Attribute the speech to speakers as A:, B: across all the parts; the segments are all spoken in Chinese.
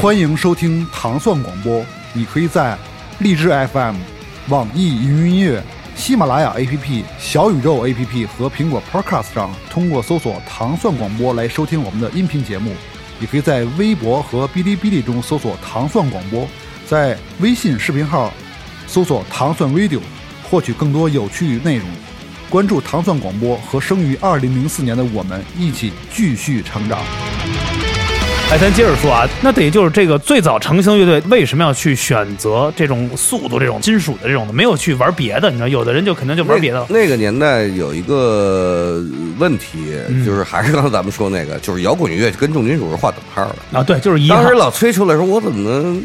A: 欢迎收听糖蒜广播，你可以在荔枝 FM、网易云音乐、喜马拉雅 APP、小宇宙 APP 和苹果 Podcast 上通过搜索“糖蒜广播”来收听我们的音频节目。也可以在微博和哔哩哔哩中搜索“糖蒜广播”，在微信视频号搜索“糖蒜 radio”，获取更多有趣内容。关注糖蒜广播和生于二零零四年的我们，一起继续成长。
B: 哎，咱接着说啊，那等于就是这个最早成型乐队为什么要去选择这种速度、这种金属的这种的，没有去玩别的？你知道，有的人就可能就玩别的了。
C: 那个年代有一个问题，
B: 嗯
C: 就是还是刚才咱们说那个，就是摇滚乐跟重金属是划等号的。
B: 啊，对，就是一
C: 当时老崔出来说，我怎么能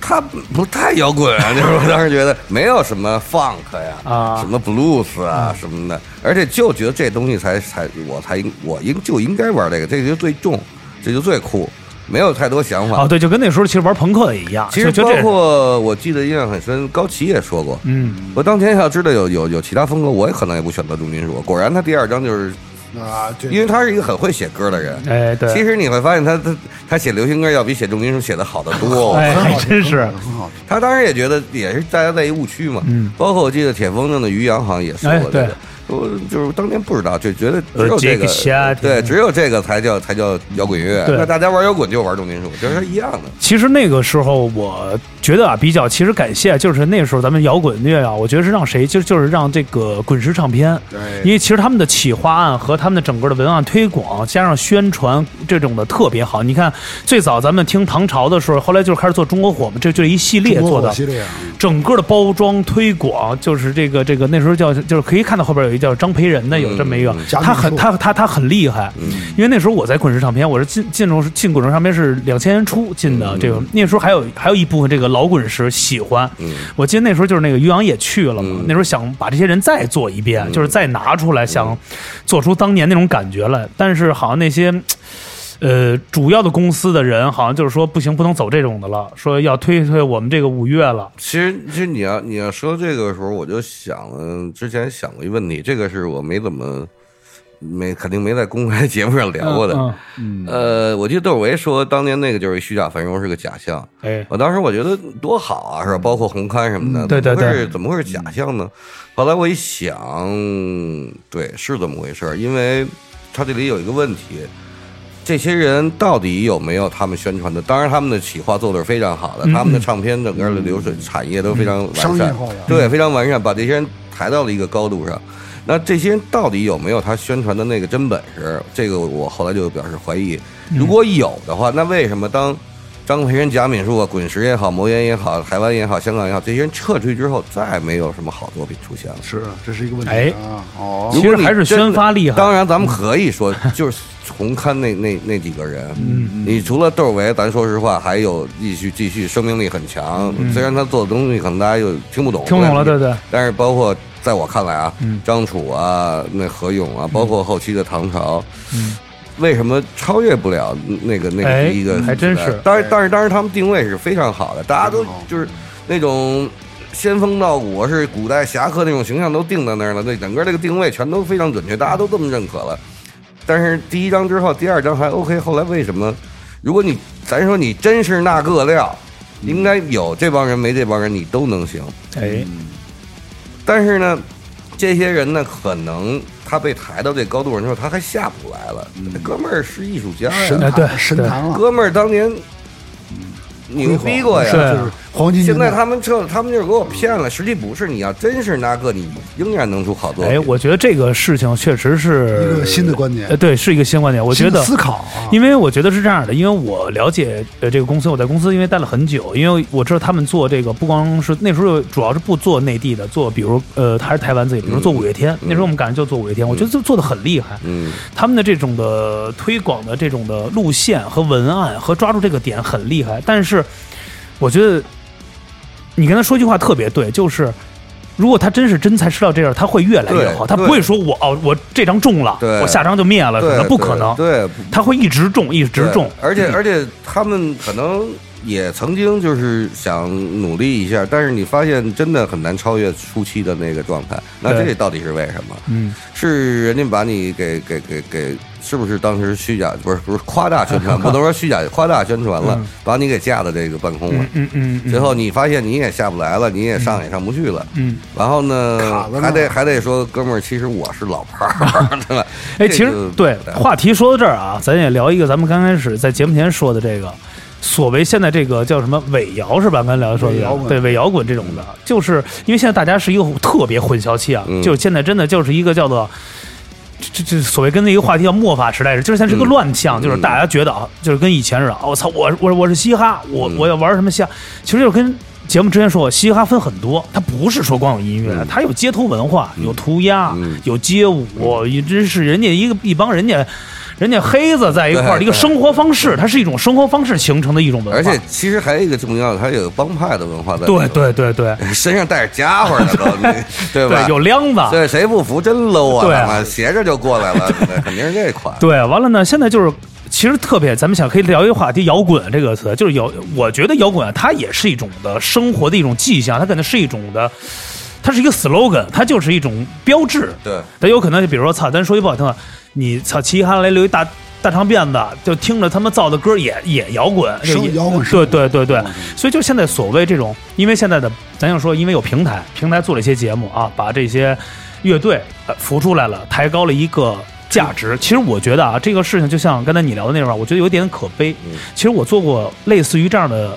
C: 他不太摇滚啊？ 就是我当时觉得没有什么 funk 呀，
B: 啊嗯
C: 什么 blues 啊什么的，而且就觉得这东西才才我才应我应就应该玩这个，这就最重，这就最酷，没有太多想法。
B: 啊，对，就跟那时候其实玩朋克的也一样。
C: 其实
B: 就
C: 包
B: 就这
C: 括我记得印象很深，高旗也说过，
B: 嗯，
C: 我当前要知道有有有其他风格，我也可能也不选择重金属。果然，他第二章就是
D: 啊，对，
C: 因为他是一个很会写歌的人。
B: 哎，对，
C: 其实你会发现他，他他写流行歌要比写重金属写的好得多。
B: 哎，
D: 很
B: 还
D: 好听
B: 真是
D: 很好，听很好听。
C: 他当时也觉得也是大家在一误区嘛。
B: 嗯，
C: 包括我记得铁风筝的于洋好像也说过这
B: 哎
C: 个
B: 对。
C: 我就是当年不知道，就觉得只有
B: 呃
C: 这个
B: Jackie Chan，
C: 对，只有这个才叫才叫摇滚乐。
B: 对
C: 那大家玩摇滚就玩重金属，就是一样的。
B: 其实那个时候，我觉得啊，比较其实感谢，就是那时候咱们摇滚乐啊，我觉得是让谁，就就是让这个滚石唱片，因
D: 对，
B: 为其实他们的企划案和他们的整个的文案推广，加上宣传这种的特别好。你看，最早咱们听唐朝的时候，后来就开始做中国火嘛，这就是一系列
D: 中国
B: 做
D: 火
B: 的，
D: 系列啊，
B: 整个的包装推广，就是这个这个那时候叫就是可以看到后边有一叫张培仁的有这么一个
C: 嗯嗯，
D: 贾
B: 他
D: 敏
B: 很
D: 硕
B: 他他他很厉害，因为那时候我在滚石唱片，我是进进入进滚石唱片是两千年初进的，这个那时候还有还有一部分这个老滚石喜欢，
C: 嗯
B: 我记得那时候就是那个于洋也去了
D: 嗯
B: 嘛，那时候想把这些人再做一遍，就是再拿出来，想做出当年那种感觉来，但是好像那些。呃，主要的公司的人好像就是说不行，不能走这种的了，说要推推我们这个五月了。
C: 其实，其实你要你要说这个时候，我就想了，之前想过一个问题，这个是我没怎么没肯定没在公开节目上聊过的。
B: 嗯
C: 呃，我记得窦唯说，当年那个就是虚假繁荣是个假象。
B: 哎，
D: 嗯
C: 我当时我觉得多好啊，是吧？包括红勘什么
B: 嗯
C: 的，
B: 对对
C: 怎么会是
B: 对
C: 怎么会是假象呢？后来我一想，对，是这么回事儿。因为他这里有一个问题，这些人到底有没有他们宣传的？当然，他们的企划做的是非常好的，
B: 嗯
C: 他们的唱片整个的流水产业都非常完
D: 商业
C: 善，
D: 化了
C: 对，非常完善，把这些人抬到了一个高度上。那这些人到底有没有他宣传的那个真本事？这个我后来就表示怀疑。
B: 嗯
C: 如果有的话，那为什么当张培仁、贾敏树啊、滚石也好、魔岩也好、台湾也好、香港也好，这些人撤出去之后，再没有什么好作品出现了？
D: 是，这是一个问
B: 哎
D: 题啊。哦，
B: 其实还是宣发厉害。嗯
C: 当然，咱们可以说，就是重看那那那几个人，
B: 嗯
C: 你除了窦唯，咱说实话，还有继续继续生命力很强。虽然他做的东西可能大家又听不懂，
B: 嗯听懂了，对对，
C: 但是包括在我看来啊，
B: 嗯
C: 张楚啊，那何勇啊，包括后期的唐朝，为什么超越不了那个那
B: 嗯哎
C: 个第一个时代？
B: 还真是
C: 当然，但是当时他们定位是非常好的，大家都
D: 非常好
C: 就是那种。仙风道骨是古代侠客那种形象都定在那儿了，那整个这个定位全都非常准确，大家都这么认可了。但是第一章之后，第二章还 OK，后来为什么？如果你咱说你真是那个料，
B: 嗯
C: 应该有这帮人没这帮人你都能行。
B: 哎，
D: 嗯
C: 但是呢，这些人呢，可能他被抬到这高度上之后，他还下不来了。
B: 嗯
C: 这哥们儿是艺术家
D: 神
C: 呀，
B: 哎
D: 坛
B: 对
D: 神
B: 对
D: 坛了，
C: 哥们儿当年牛逼过
B: 是
C: 呀。
D: 就是黄金年
C: 现
D: 代。
C: 在他们这，他们就是给我骗了。实际不是，你要真是那个，你仍然能出好作品。
B: 哎，我觉得这个事情确实是
D: 一个新的观点
B: 呃，对，是一个新观点。我觉
D: 新的
B: 得
D: 思考啊，
B: 因为我觉得是这样的，因为我了解呃这个公司，我在公司因为待了很久，因为我知道他们做这个不光是那时候主要是不做内地的，做比如呃还是台湾自己，比如做五月天，那时候我们赶上就做五月天，我觉得做做的很厉害。
C: 嗯，
B: 他们的这种的推广的这种的路线和文案和抓住这个点很厉害，但是我觉得你跟他说句话特别对，就是如果他真是真材实料这样，他会越来越好，
C: 对
B: 他不会说我哦我这张中了
C: 对，
B: 我下张就灭呃了，可
C: 对
B: 能，不可能，嗯
C: 对，对
B: 他会一直中一直中，
C: 而且而且他们可能也曾经就是想努力一下，但是你发现真的很难超越初期的那个状态。那
B: 对
C: 这到底是为什么？
B: 嗯，
C: 是人家把你给给给给，是不是当时虚假不是不是夸大宣传，不能说虚假，夸大宣传了，把你给架到这个半空了。
B: 嗯嗯嗯，
C: 最后你发现你也下不来了，你也上也上不去了。
B: 嗯，
C: 然后
D: 卡
C: 呢
D: 在那，儿
C: 还得还得说，哥们儿，其实我是老牌儿，对吧？
B: 哎，其实
C: 这个
B: 对话题说到这儿啊，咱也聊一个咱们刚开始在节目前说的这个，所谓现在这个叫什么伪摇是吧？刚才聊说的
D: 伪摇滚
B: 对伪摇滚这种的，就是因为现在大家是一个特别混淆期啊，
C: 嗯
B: 就是现在真的就是一个叫做。这这这所谓跟那个话题叫末法时代似的，就是现在是个
C: 嗯
B: 乱象，
C: 嗯
B: 就是大家觉得啊，就是跟以前似的，啊我操，我我我是嘻哈，我
C: 嗯
B: 我要玩什么嘻哈，其实就是跟节目之前说过，嘻哈分很多，它不是说光有音乐，
C: 嗯
B: 它有街头文化，有涂鸦，
C: 嗯
B: 有街舞，也真是人家一个一帮人家，人家黑子在一块儿，
C: 对
B: 一个生活方式，它是一种生活方式形成的一种文化。
C: 而且，其实还有一个重要的，它有帮派的文化在。
B: 对，对对对
C: 身上带着家伙 呢，都，你对吧？
B: 对，有亮子。
C: 对，谁不服真 low 啊！
B: 对啊
C: 他妈斜着就过来了，对肯定是这款。
B: 对，完了呢，现在就是。其实特别，咱们想可以聊一个话题，摇滚这个词，就是摇。我觉得摇滚啊，它也是一种的生活的一种迹象，它可能是一种的，它是一个 slogan，它就是一种标志。
C: 对，
B: 但有可能就比如说，操，咱说句不好听的，你操齐哈雷留一大大长辫子，就听着他们造的歌也也摇滚，就
D: 生
B: 也
D: 摇滚生
B: 对
D: 活
B: 对对对，所以就现在所谓这种，因为现在的咱要说，因为有平台，平台做了一些节目啊，把这些乐队呃扶出来了，抬高了一个。价
D: 嗯
B: 值，其实我觉得啊，这个事情就像刚才你聊的那种，我觉得有点可悲。
D: 嗯
B: 其实我做过类似于这样的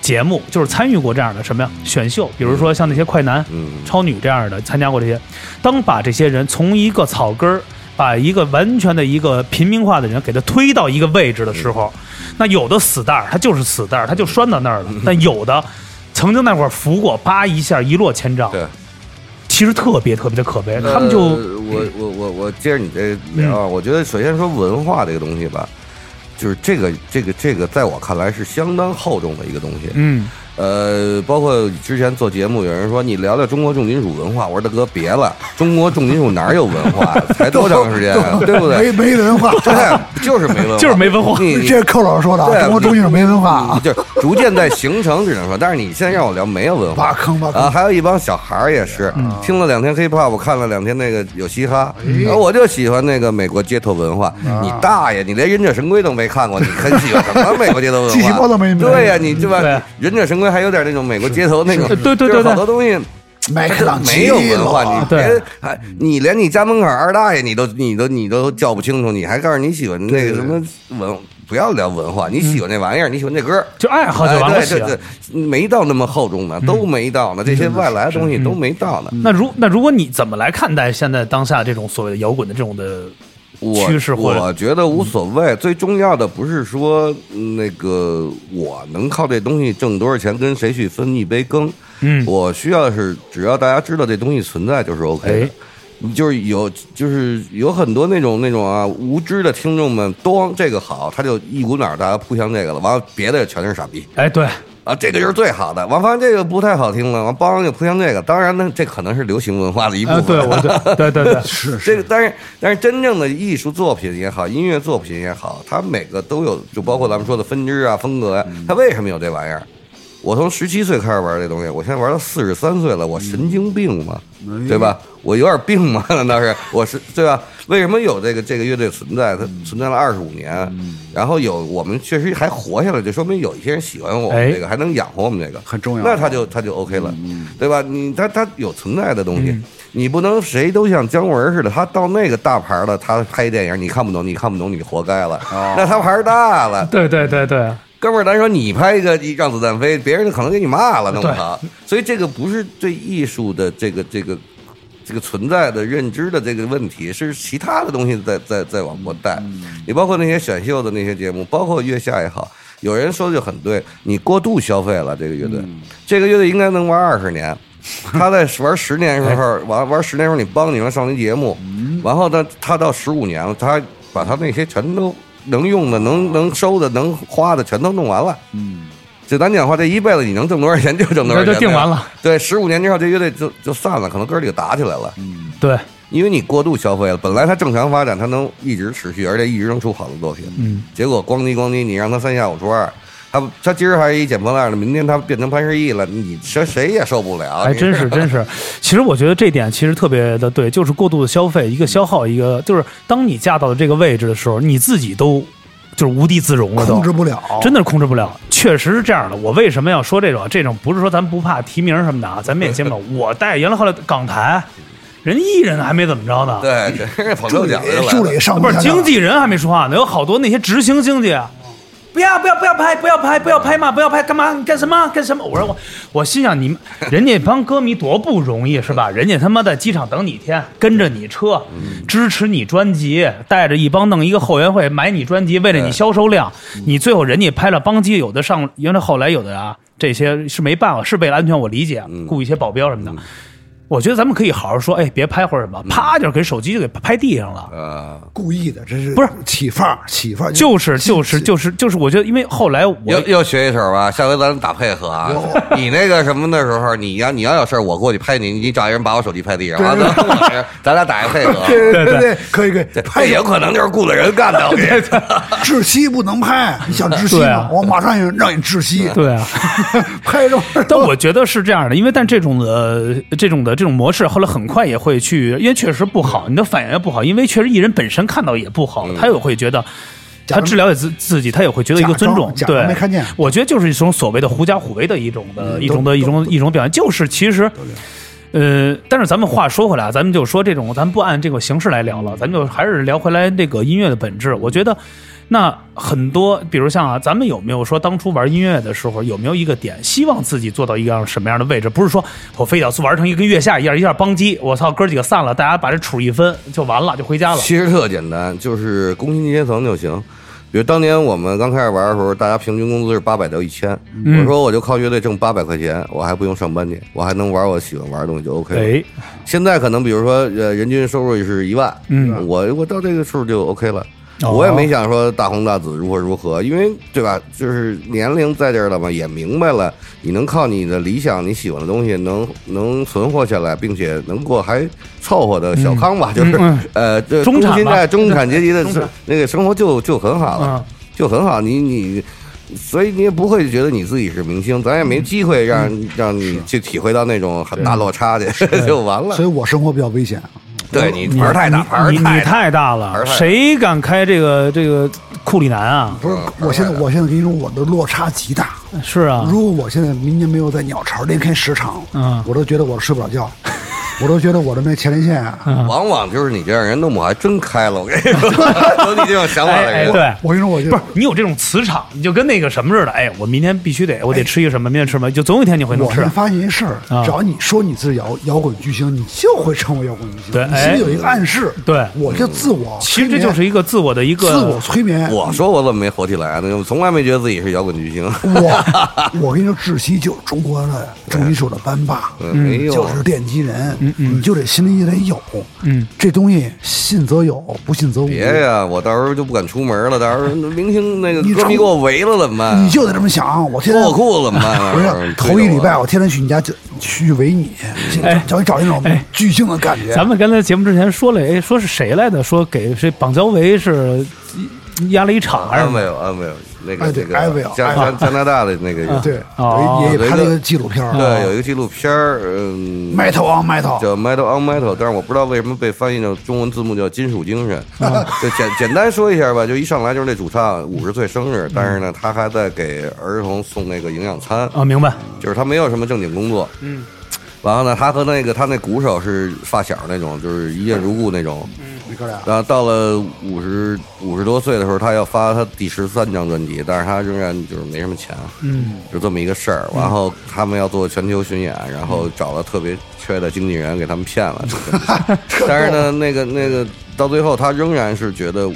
B: 节目，就是参与过这样的什么呀
D: 嗯
B: 选秀，比如说像那些快男，
C: 嗯，
B: 超女这样的参加过这些，当把这些人从一个草根儿，把一个完全的一个平民化的人给他推到一个位置的时候，
C: 嗯
B: 那有的死蛋儿他就是死蛋儿，他就拴到那儿了；但有的曾经那会儿扶过，叭一下一落千丈，
C: 对，
B: 其实特别特别的可悲。他们就
C: 呃我我我我接着你这聊啊，我觉得首先说文化这个东西吧，就是这个这个这个，在我看来是相当厚重的一个东西。
B: 嗯
C: 呃，包括之前做节目，有人说你聊聊中国重金属文化，我说大哥别了，中国重金属哪有文化？才多长时间啊，对不对？
D: 没没文化，
C: 对，就是没文化，
B: 就是没文化
C: 你
D: 这是寇老师说的
C: 对
D: 啊，中国中医是没文化啊，
C: 就是逐渐在形成，只能说。但是你现在让我聊没有文化
D: 挖坑挖坑
C: 啊，还有一帮小孩儿也是，
B: 嗯
C: 听了两天 hiphop，我看了两天那个有嘻哈，
B: 哎
C: 然后我就喜欢那个美国街头文化。
B: 啊
C: 你大爷，你连忍者神龟都没看过，你很喜欢什么美国 街头文化？
D: 记细胞都没没
C: 对呀，你对吧
B: 对啊？
C: 忍者神龟还有点那种美国街头那种，
B: 是对对对
C: 就是好
B: 对
C: 多东西。
D: 麦克朗基
C: 没有文化，
D: 了
C: 你
B: 对
C: 别还你连你家门口二大爷你都你都你都叫不清楚，你还告诉你喜欢那个什么文，不要聊文化，你喜欢这玩意儿，你喜欢这歌，
B: 就爱好就完了嗯
C: 哎
B: 行
C: 对对对，没到那么厚重呢，都没到呢，这些外来的东西
B: 嗯
C: 都没到呢。
B: 那如那如果你怎么来看待现在当下这种所谓的摇滚的这种的
C: 我
B: 趋势或者
C: 我觉得无所谓，最重要的不是说嗯那个我能靠这东西挣多少钱，跟谁去分一杯羹。
B: 嗯
C: 我需要的是只要大家知道这东西存在就是 OK 的。
B: 哎
C: 你就是有，就是有很多那种那种啊，无知的听众们，咣，这个好，他就一股脑儿大家扑向这个了，完了别的全是傻逼，
B: 哎对
C: 啊，这个就是最好的。完，发现这个不太好听了，完，梆就扑向这个。当然呢，这可能是流行文化的一部
B: 呃
C: 分。啊
B: 对我 对对对对
D: 是
C: 这
D: 是，
C: 个，但是但是真正的艺术作品也好，音乐作品也好，它每个都有，就包括咱们说的分支啊、风格呀、
B: 嗯
C: 它为什么有这玩意儿？我从十七岁开始玩这东西，我现在玩到四十三岁了，我神经病吗？
B: 嗯哎
C: 对吧？我有点病吗？难道是我是对吧？为什么有这个这个乐队存在？它
B: 嗯
C: 存在了二十五年，然后有我们确实还活下来，就说明有一些人喜欢我
B: 哎
C: 们这个，还能养活我们这个，
D: 很重要嗯
C: 那他就他就 OK 了，对吧？你他他有存在的东西，你不能谁都像姜文似的，他到那个大牌了，他拍电影你看不懂，你看不懂，你活该了。
D: 哦
C: 那他牌大了，
B: 对对对对，
C: 哥们儿，咱说你拍一个《让子弹飞》，别人可能给你骂了，弄不好。所以这个不是对艺术的这个这个这个存在的认知的这个问题，是其他的东西在在在往过带。你包括那些选秀的那些节目，包括月下也好，有人说的就很对，你过度消费了这个乐队，这个乐队应该能玩二十年。 他在玩十年的时候，
B: 哎
C: 玩玩十年的时候，你帮你们上那节目，
B: 嗯
C: 然后呢，他到十五年了，他把他那些全都能用的、能能收的、能花的全都弄完了。
D: 嗯，
C: 就咱讲话，这一辈子你能挣多少钱就挣多少
B: 那
C: 钱，
B: 就定完了。
C: 对，十五年之后这乐队就就散了，可能哥几个打起来了，
D: 嗯
B: 对
C: 因为你过度消费了。本来它正常发展，它能一直持续，而且一直能出好的作品。
B: 嗯，
C: 结果咣叽咣叽，你让他三下五除二，他他今儿还一捡破烂的，明天他变成潘石屹了，你谁谁也受不了。
B: 哎，
C: 你
B: 真是真是，其实我觉得这点其实特别的对，就是过度的消费，一个消耗，一个就是当你嫁到了这个位置的时候，你自己都就是无地自容
C: 嗯
B: 了都，
D: 控制不了，
B: 真的是控制不了，确实是这样的。我为什么要说这种？这种不是说咱不怕提名什么的啊，咱们也 见不了。我带原来后来港台，人艺人还没怎么着呢，
C: 对， 真是捧
D: 助
C: 臭
D: 理
C: 脚就来了
D: 助理上
B: 不是
D: 下
B: 经纪人还没说话呢，有好多那些执行经济啊。不要不要不要拍不要拍不要拍嘛不要拍干嘛干什么干什么？我说我我心想你们人家帮歌迷多不容易是吧？人家他妈在机场等你一天，跟着你车，支持你专辑，带着一帮弄一个后援会买你专辑，为了你销售量，你最后人家拍了帮机，有的上原来后来有的啊这些是没办法，是为了安全我理解，雇一些保镖什么的。我觉得咱们可以好好说，哎，别拍或者什么，啪就给手机就给拍地上了。
C: 啊，
D: 故意的，这是
B: 不是
D: 起范儿起范儿，
B: 就是就是就是就是，我觉得因为后来我
C: 又又学一手吧，下回咱打配合啊。你那个什么的时候，你要你要有事儿，我过去拍你，你找一人把我手机拍地上，完了我 这咱俩打一配合。
D: 对对对，可以可以，
C: 这
D: 拍
C: 有可能就是雇的人干的， 我跟你 说。
D: 窒息不能拍，你想窒息
B: 对
D: 吗
B: 啊？
D: 我马上让你窒息，
B: 对啊，
D: 拍着玩儿
B: 但我觉得是这样的，因为但这种的这种的这种模式，后来很快也会去，因为确实不好，你的反应也不好，因为确实艺人本身看到也不好，他也会觉得。
D: 假
B: 他
D: 装
B: 治疗也自自己，他也会觉得一个尊重，
D: 假装假
B: 对，
D: 装没看见嗯
B: 我觉得就是一种所谓的狐假虎威的一种的、一种的一种一种表现，就是其实，呃，但是咱们话说回来啊，咱们就说这种，咱们不按这个形式来聊了，咱们就还是聊回来这个音乐的本质。我觉得，那很多，比如像啊，咱们有没有说当初玩音乐的时候，有没有一个点，希望自己做到一个什么样的位置？不是说我非得要玩成一个跟月下一样，一下邦基，我操，哥几个散了，大家把这杵一分就完了，就回家了。
C: 其实特简单，就是工薪阶层就行。比如当年我们刚开始玩的时候，大家平均工资是八百到一千。
D: 嗯
C: 我说我就靠乐队挣八百块钱，我还不用上班去，我还能玩我喜欢玩的东西就 OK 了。
B: 哎，
C: 现在可能比如说呃，人均收入是一万，
B: 嗯
C: 我我到这个数就 OK 了。
B: 哦
C: 我也没想说大红大紫如何如何，因为对吧？就是年龄在这儿了嘛，也明白了，你能靠你的理想、你喜欢的东西能能存活下来，并且能过还凑合的小康吧，就是、
B: 嗯
C: 呃，这
B: 中产吧
C: 现在中产阶级的
B: 中
C: 生
B: 产
C: 那个生活就就很好了。
B: 嗯，
C: 就很好，你你，所以你也不会觉得你自己是明星，咱也没机会让、让你去体会到那种很大落差去， 就完了
D: 所。以我生活比较危险，啊
C: 对
D: 嗯
C: 你玩儿太大，玩儿
B: 你你
C: 太
B: 你
C: 大，
B: 太大
C: 牌儿
B: 了，
C: 太大
B: 谁敢开这个这个库里南啊？
D: 不是，我现在我现在跟你说，我的落差极大。
B: 是啊，
D: 如果我现在明年没有在鸟巢连开十场，
B: 嗯
D: 我都觉得我睡不了觉， 我都觉得我的那前列腺啊，
B: 嗯
C: 往往就是你这样人弄不好还真开了。我跟你说，有你这种想法的
B: 哎哎，
C: 人，
B: 对，
D: 我跟你说，我就
B: 不是你有这种磁场，你就跟那个什么似的，哎，我明天必须得，
C: 哎
B: 我得吃一个什么，明天吃什么，就总有一天你会能
D: 我
B: 吃
D: 才。发现一事儿，
B: 啊
D: 只要你说你是摇摇滚巨星，你就会成为摇滚巨星。
B: 对
D: 你心
B: 哎
D: 里有一个暗示。
B: 对
D: 我就自我
B: 其
D: 催
B: 实
D: 眠，
B: 这就是一个自我的一
D: 自嗯我
B: 个，
D: 催眠。
C: 我说我怎么没火起来呢？我从来没觉得自己是摇滚巨星，
D: 我 我跟你说，窒息就是中国的重金属的班霸，
C: 没有
D: 嗯就是奠基人。
C: 嗯
D: 你就得心里得有，
B: 嗯，
D: 这东西信则有，不信则无。
C: 别呀！我到时候就不敢出门了，到时候明星那个
D: 你
C: 歌迷给
D: 出
C: 我围了怎么办？
D: 你就得这么想。我现在
C: 脱我裤子怎么办啊？
D: 不
C: 到时候
D: 是头一礼
C: 追着
D: 拜，
C: 我
D: 我天天去你家就去围你，
C: 哎
D: 找找一种巨星的感觉。
B: 咱们刚才节目之前说了，哎，说是谁来的？说给谁绑交维是压了一场还是什
C: 安
B: 么
C: 慰我，安慰我，啊那个
D: 哎
C: 那
D: 对安慰
C: 个
D: 我
C: 加
D: 安
C: 加加拿大的那个人
D: 啊对，
B: 哦
D: 我爷爷拍了一个纪录片儿，
C: 啊对，有一个纪录片儿，嗯，
D: ，Metal on Metal，
C: 叫《Metal on Metal》，但是我不知道为什么被翻译成中文字幕叫“金属精神”。就简简单说一下吧，就一上来就是那主唱五十岁生日，但是呢，他还在给儿童送那个营养餐，
B: 啊？明白，
C: 就是他没有什么正经工作。嗯。然后呢，他和那个他那鼓手是发小那种，就是一见如故那种。
D: 你哥俩
C: 然后到了五十五十多岁的时候，他要发他第十三张专辑，但是他仍然就是没什么钱，嗯，就这么一个事儿。然后他们要做全球巡演，然后找了特别缺的经纪人给他们骗了。 但是呢，那个那个到最后，他仍然是觉得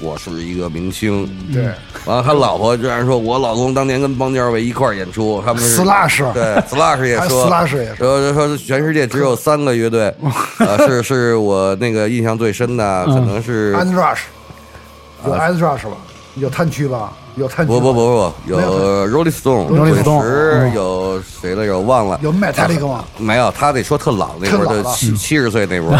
C: 我是一个明星。
D: 对，
C: 然后他老婆居然说，我老公当年跟邦交维一块儿演出，他们是
D: Slash
C: 对 Slash 也
D: 还有
C: 说
D: Slash 也说
C: 说说全世界只有三个乐队，
D: 哦
C: 呃，是
D: 嗯
C: 是我那个印象最深的，可能是啊
D: a n d r u s h 有 a n d r u s h 吧？有炭区吧？有炭区
C: 不
D: 吧？
C: 不不不，有
D: 没有
C: Rolling Stone，
D: Rolling
C: 滚
D: Stone，哦
C: 石，有谁了？有忘了？
D: 有 Metallica 吗？
C: 没有，他得说特老那会
D: 特
C: 儿，
D: 老
C: 就
D: 了
C: 七七十岁那 会儿。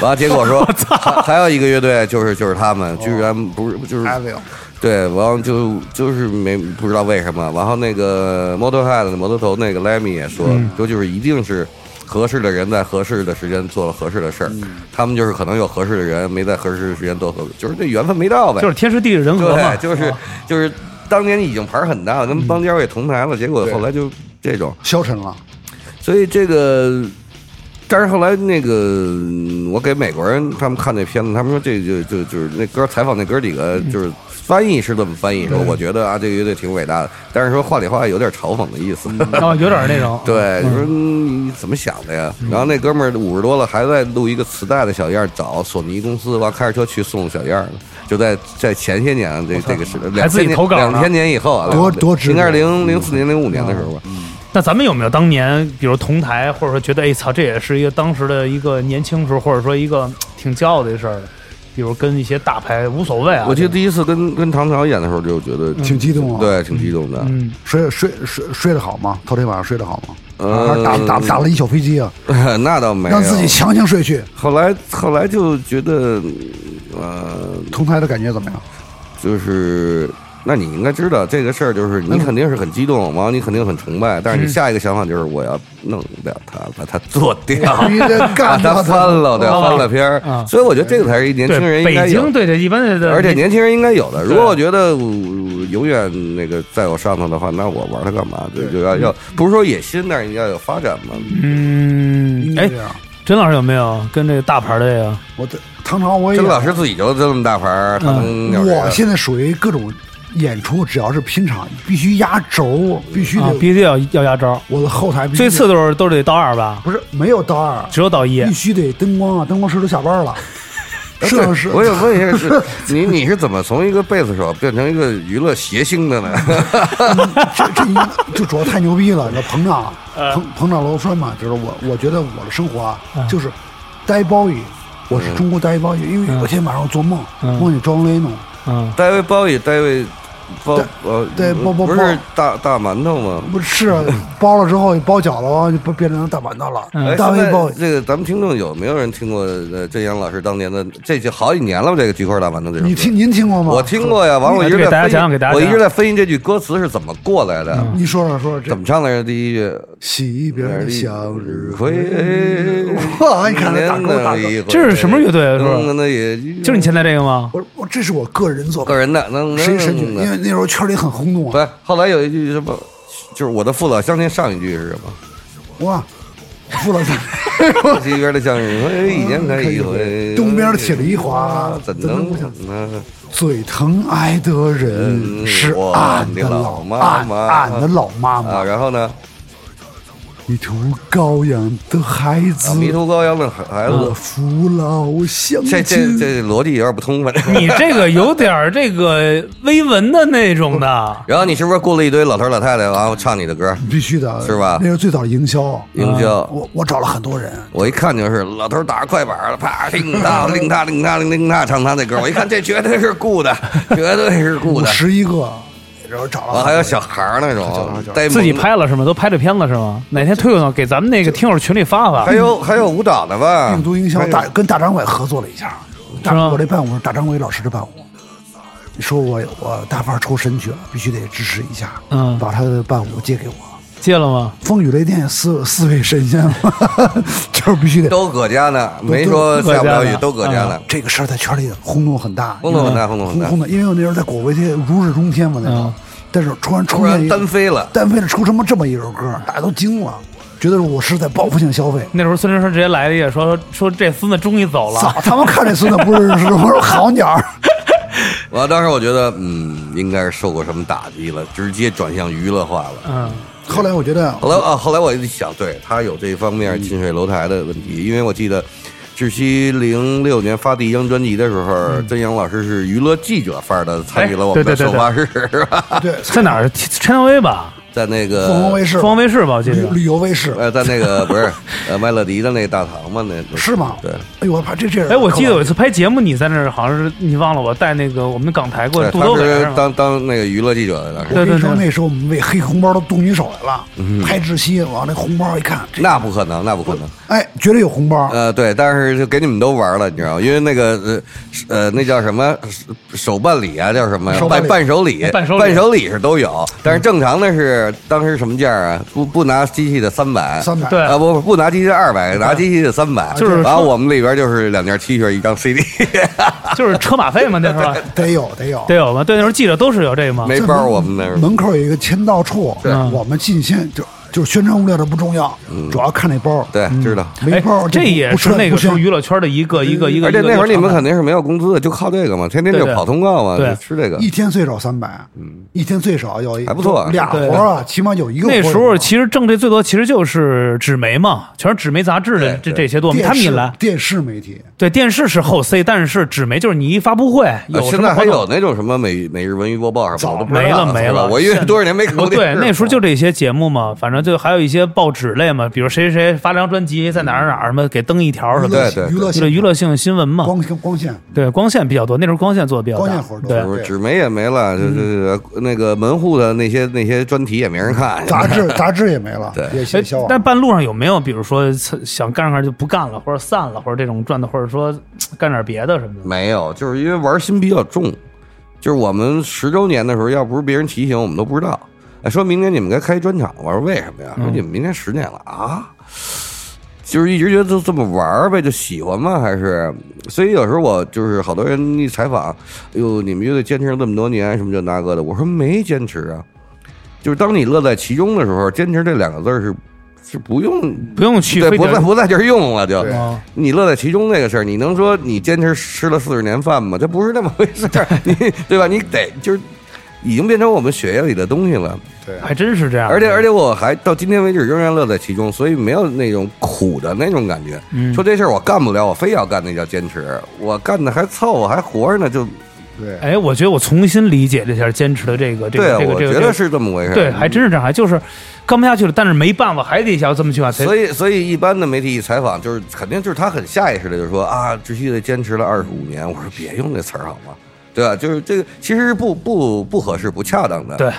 C: 完了，结果说还还有一个乐队，就是就是他们，居然不是就是
D: a v i l
C: 对，完了就就是没不知道为什么。然后那个 Motorhead 的摩托头那个 Lemmy 也说，说就是一定是合适的人在合适的时间做了合适的事儿。他们就是可能有合适的人没在合适的时间做合，就是这缘分没到呗。
B: 就是天时地利人和嘛
C: 对，，就是就是当年已经牌儿很大了，跟邦交也同台了，结果后来就这种，
D: 消沉了。
C: 所以这个。但是后来那个，嗯我给美国人他们看那片子，他们说这就就就是那歌采访那哥几个，
B: 嗯
C: 就是翻译是这么翻译说，我觉得啊这个乐队挺伟大的，但是说话里话外有点嘲讽的意思。
B: 然啊后有点那种
C: 对，你说你怎么想的
B: 嗯
C: 呀？然后那哥们儿五十多了，还在录一个磁带的小样儿，找索尼公司，完开着车去送小样儿了。就在在前些年啊，这这个是
B: 还
C: 两
B: 自己
C: 千年
B: 投稿呢
C: 两千年以后啊，
D: 多多值
C: 应该是
D: 得
C: 零零四年零五年的时候吧。
B: 那咱们有没有当年，比如同台，或者说觉得，哎操，这也是一个当时的一个年轻时候，或者说一个嘖挺骄傲的一事儿？比如跟一些大牌无所谓啊，
C: 我记得第一次跟跟唐朝演的时候，就觉得
D: 挺激动啊
C: 对，挺激动的。
B: 嗯，
D: 睡睡睡睡得好吗？头天晚上睡得好吗？
C: 呃
D: 还是打打打了一宿飞机啊，
C: 那倒没有。
D: 让自己强行睡去。
C: 后来后来就觉得，呃，
D: 同台的感觉怎 么样？
C: 就是，那你应该知道这个事儿，就是
D: 嗯
C: 你肯定是很激动，完了你肯定很崇拜，但是你下一个想法就是我要弄掉它，把它做掉，
D: 必须得
C: 把
D: 干掉
C: 它
D: 哦它
C: 翻啊了，对，
B: 啊
C: 翻了篇儿
B: 啊。
C: 所以我觉得这个才是一年轻人
B: 对，
C: 应该
B: 北
C: 有
B: 京，对对，一般的，
C: 而且年轻人应该有的。如
B: 对
C: 果我觉得我我永远那个在我上头的话，那我玩它干嘛？对，就要要
D: 嗯
C: 不是说野心，但是你要有发展嘛。
B: 嗯，哎
D: 这，样，
B: 甄老师有没有跟这个大牌的这个？
D: 我的唐朝我也
C: 甄老师自己就这么大牌儿，他能鸟人
D: 哎嗯我现在属于各种演出，只要是拼场，必须压轴，必须
B: 啊，
D: 得
B: 必须要要压招。
D: 我的后台必须
B: 最
D: 得
B: 次都是都是得到二吧，
D: 不是没有刀二，
B: 只有到一
D: 必。须得灯光啊，灯光师都下班了，摄影师
C: 我想问一下，是 你你是怎么从一个贝斯手变成一个娱乐谐星的呢？
D: 这这一就主要太牛逼了，你知道膨胀，
B: 嗯
D: 膨膨胀楼栓嘛，就是我我觉得我的生活啊，
B: 嗯
D: 就是呆包雨，我
C: 嗯
D: 是中国呆包雨，因为我今天晚上我做梦，
B: 嗯
D: 梦见庄雷弄，
B: 嗯，
C: 大卫鲍伊，大卫包呃，
D: 对包
C: 不
D: 包包
C: 是大大馒头吗？
D: 不是啊包了之后包饺子，就变成大馒头了，
B: 嗯
C: 嗯哎
D: 大
C: 现
D: 胃
C: 在
D: 包雨
C: 这个咱们听众有没有人听过呃郑阳老师当年的这就好几年了吧？这个《菊花大馒头》这首歌
D: 你听您听过吗？
C: 我听，过呀，完了我一直在
B: 给大家
C: 分析
B: 讲讲给大家
C: 我一直
B: 讲嗯
C: 在分析这句歌词是怎么过来的，
D: 你说说说说这
C: 怎么唱来着？第一句。
D: 喜别人的向日葵，
C: 哇！
D: 哇，你看这大哥大哥，
B: 这是什么乐队啊是吧
C: 嗯那也
B: 就是你现在这个吗？
D: 我说我这是我个人作
C: 个
D: 品，
C: 人的，能
D: 谁谁举？因
C: 的
D: 为那时候圈里很轰动
C: 不
D: 啊，
C: 是，后来有一句什么，就是我的父老乡亲。上一句是什么？
D: 哇，付老师。
C: 西边的向日葵，一年开一回。
D: 东边的铁梨花
C: 怎能嗯不
D: 怎
C: 想呢？
D: 最疼爱的人是
C: 我
D: 俺
C: 的
D: 的
C: 老
D: 老
C: 妈
D: 俺
C: 妈
D: 俺的老妈
C: 啊，
D: 妈，
C: 然后呢？
D: 迷途羔羊的孩
C: 啊
D: 子，
C: 迷途羔羊的孩
D: 我
B: 嗯
C: 子，
D: 扶老乡
C: 这这
D: 亲。
C: 这逻辑有点不通，反正。
B: 你这个有点儿这个微文的那种 的，
C: 然后你是不是雇了一堆老头老太太，然后唱你的歌？
D: 必须的，
C: 是吧啊
D: 那是最早的营销，
C: 营销，
D: 我我找了很多人，
C: 我一看就是老头打着快板了，啪，叮当叮当叮当叮当，唱他那歌。我一看这绝对是雇 的，绝对是雇
D: 五
C: 的。
D: 十一个，然后找了很多
C: 完
D: 人
C: 还有小孩儿那种，呆萌
B: 自己拍了是吗？都拍这片子是吗？哪天推广给咱们那个听友群里发发
C: 还。有还有舞蹈的吧？
D: 病毒营销
C: 还有
D: 大跟大张伟合作了一下，大
B: 是吗
D: 我这伴舞是大张伟老师的伴舞。你说我我大腕儿抽身去了，必须得支持一下，
B: 嗯
D: 把他的伴舞借给我。
B: 接了吗？
D: 风雨雷电四四位神仙嘛， 就是必须得。
C: 都搁家呢，没说下不了雨，都搁家呢。
D: 这个事儿在圈里轰动很大，
C: 轰动很大嗯轰动很大
D: 轰动。因为我那时候在果味街如日中天嘛，那时候
B: 嗯，
D: 但是突然
C: 突
D: 出现
C: 然
D: 一
C: 单飞了，
D: 单飞了，出什么这么一首歌，大家都惊了，觉得我是在报复性消费。
B: 那时候孙中山直接来了一个说说这孙子终于走了，
D: 早他们看这孙子不是是不是好鸟 儿，
C: 我当时我觉得，嗯，应该是受过什么打击了，直接转向娱乐化了。
B: 嗯，
D: 后来我觉得
C: 后来啊，后来我一想，对他有这方
B: 嗯
C: 面近水楼台的问题，因为我记得。窒息零六年发第一张专辑的时候，曾阳老师是娱乐记者范儿的参与了我们的
B: 嗯哎对对
C: 首
B: 对
C: 发式，是吧？
D: 对
B: 在哪儿？陈乔威吧？
C: 在那个
D: 凤凰卫视，
B: 呃凤凰卫视吧，我记
D: 旅
B: 得
D: 旅游卫视
C: 呃，在 那个不是呃麦乐迪的那大堂嘛，那
D: 是吗？
C: 对，
D: 哎呦，我怕这这人
B: 哎，我记得有一次拍节目，你在那儿好像是你忘了我带那个我们港台过
C: 对
B: 去杜
C: 他
B: 德伟
C: 是
B: 是吧？
C: 当当那个娱乐记者的，当时
B: 对对对
D: 我跟你说，
B: 嗯
D: 那时候我们为黑红包都动起手来了，太窒息了。往那红包一看，这
C: 那不可能，那不可能。
D: 哎，绝对有红包。
C: 呃，对，但是就给你们都玩了，你知道吗？因为那个呃是呃，那叫什么手手办礼啊，叫什么呀
D: 手办
C: 伴伴
D: 礼
C: 手礼，
B: 伴手礼嗯
C: 礼是都有，但是正常的是当时什么价啊？不不拿机器的三百，
D: 300
B: 对
C: 啊不不拿机器的二百，拿机器的三百，
B: 就是
C: 然后我们里边就是两件 T 恤，一张 CD，
B: 就是车马费嘛，那时候
D: 得有得有。
B: 得有吧？对，那时候记者都是有这个嘛。
C: 没
D: 这
C: 包
D: 门
C: 我们那儿。
D: 门口有一个签到处，
B: 嗯
D: 我们进先就就是宣传物料这不重要，主要看那包。，
C: 嗯对，知道。
D: 没
B: 哎
D: 包，
B: 这也是那个时候娱乐圈的一个一个一个。
C: 而且
B: 一个
C: 那会儿你
B: 一
C: 们
B: 个常态
C: 肯定是没有工资的，就靠这个嘛，天天就
B: 对对
C: 跑通告嘛，
B: 对
C: 就吃这个。
D: 一天最少三百，一天最少有一
C: 嗯还不错
D: 俩活儿啊，起码有一个活
B: 那
D: 儿有红
B: 时
D: 包。
B: 候其实挣这最多其实就是纸媒嘛，全是纸媒杂志的
C: 对
B: 这
C: 对
B: 这些多嘛。他
D: 电
B: 们一
D: 视
B: 来，
D: 电视媒体，
B: 对电视是后 C，但是纸媒就是你一发布会有
C: 呃
B: 什
C: 现
B: 么
C: 在还
B: 活动
C: 有那种什么每每日文娱播报什么的，我都不知
B: 没
C: 道
B: 了没
C: 是吧
B: 了，
C: 我因为
B: 现在哦
C: 多少年没 看过电视
B: 对，
C: 了
B: 那时候就这些节目嘛，反正就还有一些报纸类嘛，比如谁谁谁发张专辑，在哪儿哪儿什么给登一条什么
C: 对
B: 的，
C: 对
D: 娱乐
B: 就是娱
D: 乐
B: 乐性新闻嘛。
D: 光线光线
B: 对，光线比较多，那时候光线做的比较大，
D: 光线活动
B: 对
D: 是
C: 不是纸媒也没了，就是那个门户的那些那些专题也没人看。
D: 杂 志杂志也没了，也
B: 哎
D: 写消亡。
B: 但半路上有没有，比如说想干上就不干了，或者散了，或者这种赚的，或者说干点别的什么的？
C: 没有，就是因为玩心比较重。就是我们十周年的时候，要不是别人提醒，我们都不知道。哎，说明年你们该开专场了。我说为什么呀？说你们明年十年了啊？就是一直觉得就这么玩儿呗，就喜欢嘛，还是？所以有时候我就是好多人一采访，哎呦，你们乐队坚持了这么多年，什么这那个的，我说没坚持啊。就是当你乐在其中的时候，坚持这两个字儿是是不用
B: 不用去，
C: 对，
B: 非
C: 不
B: 得
C: 在不在这儿用了就
D: 对。
B: 啊
C: 你乐在其中那个事儿，你能说你坚持吃了四十年饭吗？这不是那么回事儿， 你对吧？你得就是已经变成我们血液里的东西了。
D: 对，
B: 还真是这样。
C: 而且而且我还到今天为止仍然乐在其中，所以没有那种苦的那种感觉。
B: 嗯
C: 说这事儿我干不了，我非要干，那叫坚持。我干的还凑合，还活着呢，就
D: 对，
B: 哎，我觉得我重新理解了一下坚持的这个这
C: 对啊，
B: 个这个
C: 我
B: 这个
C: 觉
B: 这
C: 得
B: 个，
C: 是这么回事儿。啊
B: 对，还真是这样，还就是干不下去了，但是没办法，还得想这么去往前。
C: 所以，所以一般的媒体一采访，就是肯定就是他很下意识的就说啊，窒息的坚持了二十五年。我说别用这词儿好吗？对吧？就是这个其实是不不不合适、不恰当的。
B: 对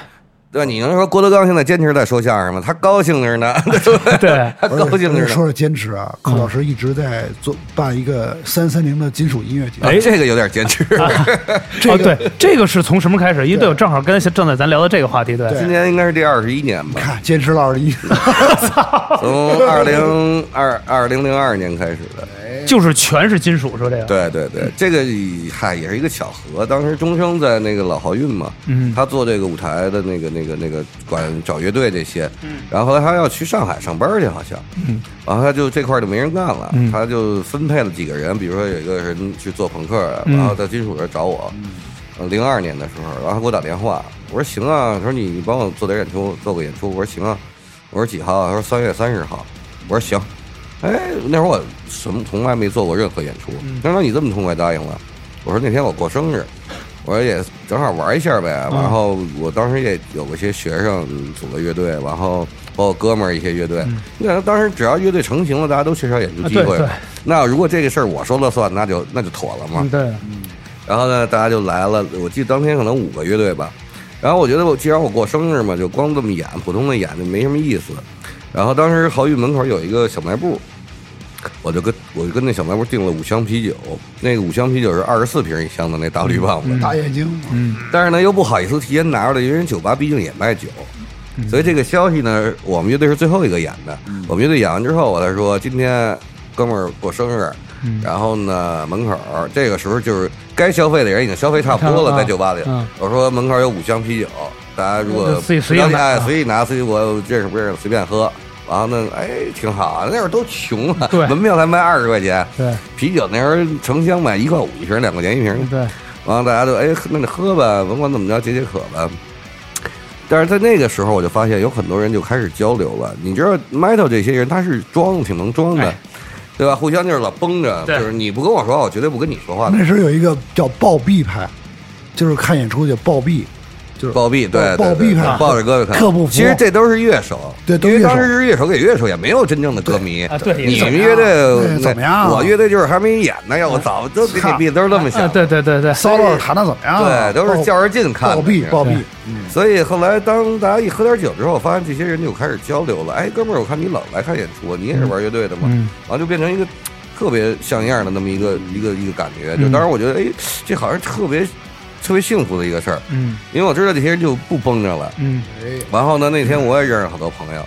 C: 对吧？你能说郭德纲现在坚持在说相声吗？他高兴着 呢，对吧
B: 对，
C: 他高兴
D: 而且
C: 着呢。
D: 说是坚持啊，
B: 嗯
D: 寇老师一直在做办一个三三零的金属音乐节，
B: 哎
C: 啊这个有点坚持。
B: 哦对，这个是从什么开始？因为对我正好跟正在咱聊的这个话题，对，
D: 对
C: 今年应该是第二十一年吧，
D: 看坚持了二十一，
C: 从二零二二零零二年开始的。
B: 就是全是金属，说这个。
C: 对对对，这个以嗨也是一个巧合。当时钟声在那个老豪运嘛，
B: 嗯
C: 他做这个舞台的那个那个那个管找乐队这些，嗯，然后后来他要去上海上班去，好像，嗯，然后他就这块儿就没人干了，
B: 嗯
C: 他就分配了几个人，比如说有一个人去做朋克，
B: 嗯
C: 然后到金属这找我，呃零二年的时候，然后他给我打电话，我说行啊，他说你你帮我做点演出，做个演出，我说行啊，我说几号啊？他说三月三十号，我说行。哎，那会儿我什么从来没做过任何演出，
B: 嗯
C: 他说你这么痛快答应了，我说那天我过生日，我说也正好玩一下呗。
B: 嗯
C: 然后我当时也有一些学生组了乐队，然后包括哥们儿一些乐队。你想当时只要乐队成型了，大家都缺少演出机会
B: 嗯啊对对。
C: 那如果这个事儿我说了算，那就那就妥了嘛。
B: 嗯，对，
C: 然后呢，大家就来了。我记得当天可能五个乐队吧。然后我觉得我既然我过生日嘛，就光这么演普通的演就没什么意思。然后当时豪运门口有一个小卖部，我就跟我就跟那小卖部订了五箱啤酒，那个五箱啤酒是二十四瓶一箱的那大绿棒子，
D: 大眼睛，
C: 但是呢又不好意思提前拿出来，因为人酒吧毕竟也卖酒，所以这个消息呢，我们乐队是最后一个演的。
B: 嗯
C: 我们乐队演完之后，我才说今天哥们儿过生日，
B: 嗯
C: 然后呢门口儿这个时候就是该消费的人已经消费差不多了，
B: 嗯
C: 在酒吧里
B: 嗯，
C: 我说门口有五箱啤酒，大家如果
B: 就自己随意
C: 让
B: 拿
C: 哎
B: 啊
C: 随意拿，随意我认识不认识随便喝。然后呢，哎，挺好啊，那会儿都穷啊，
B: 对
C: 门票才卖二十块钱，
B: 对，
C: 啤酒那时候成箱买一块五一瓶，两块钱一瓶，
B: 对，
C: 然后大家就哎，那你喝吧，甭管怎么着，解解渴吧。但是在那个时候，我就发现有很多人就开始交流了。你知道，metal 这些人他是装挺能装的，
B: 哎
C: 对吧？互相就是老绷着，就
B: 对
C: 是你不跟我说话，我
D: 嗯
C: 绝对不跟你说话的。
D: 那时候有一个叫暴毙派，就是看演出叫暴毙，
A: 就是
C: 暴毙，对，对
D: 暴毙
C: 对
D: 派
C: 抱着胳膊看，
D: 克不服
C: 其实这都是乐手，
D: 对都
C: 因为
D: 乐手
C: 当时是乐手给乐手，也没有真正的歌迷
B: 啊对
C: 你
B: 也
C: 们
B: 是
C: 乐
D: 对
C: 队
D: 哎怎么样啊
C: 我乐队就是还没演呢，要我早都给你毙，都是这么
B: 啊，
C: 想，
B: 对对对对，
D: 骚乱弹的怎么样啊？
C: 对，都是较着劲看的，
D: 暴毙暴毙，
C: 所以后来当大家一喝点酒之后，发现这些人就开始交流了。哎，哥们儿，我看你老来看演出，你也是玩乐队的嘛？
B: 嗯
C: 然后就变成一个特别像样的那么一个一个一个感觉。就当时我觉得，哎，这好像特别特别幸福的一个事儿，
B: 嗯
C: 因为我知道这些人就不绷着了。
B: 嗯
D: 哎，
C: 然后呢，那天我也认识好多朋友，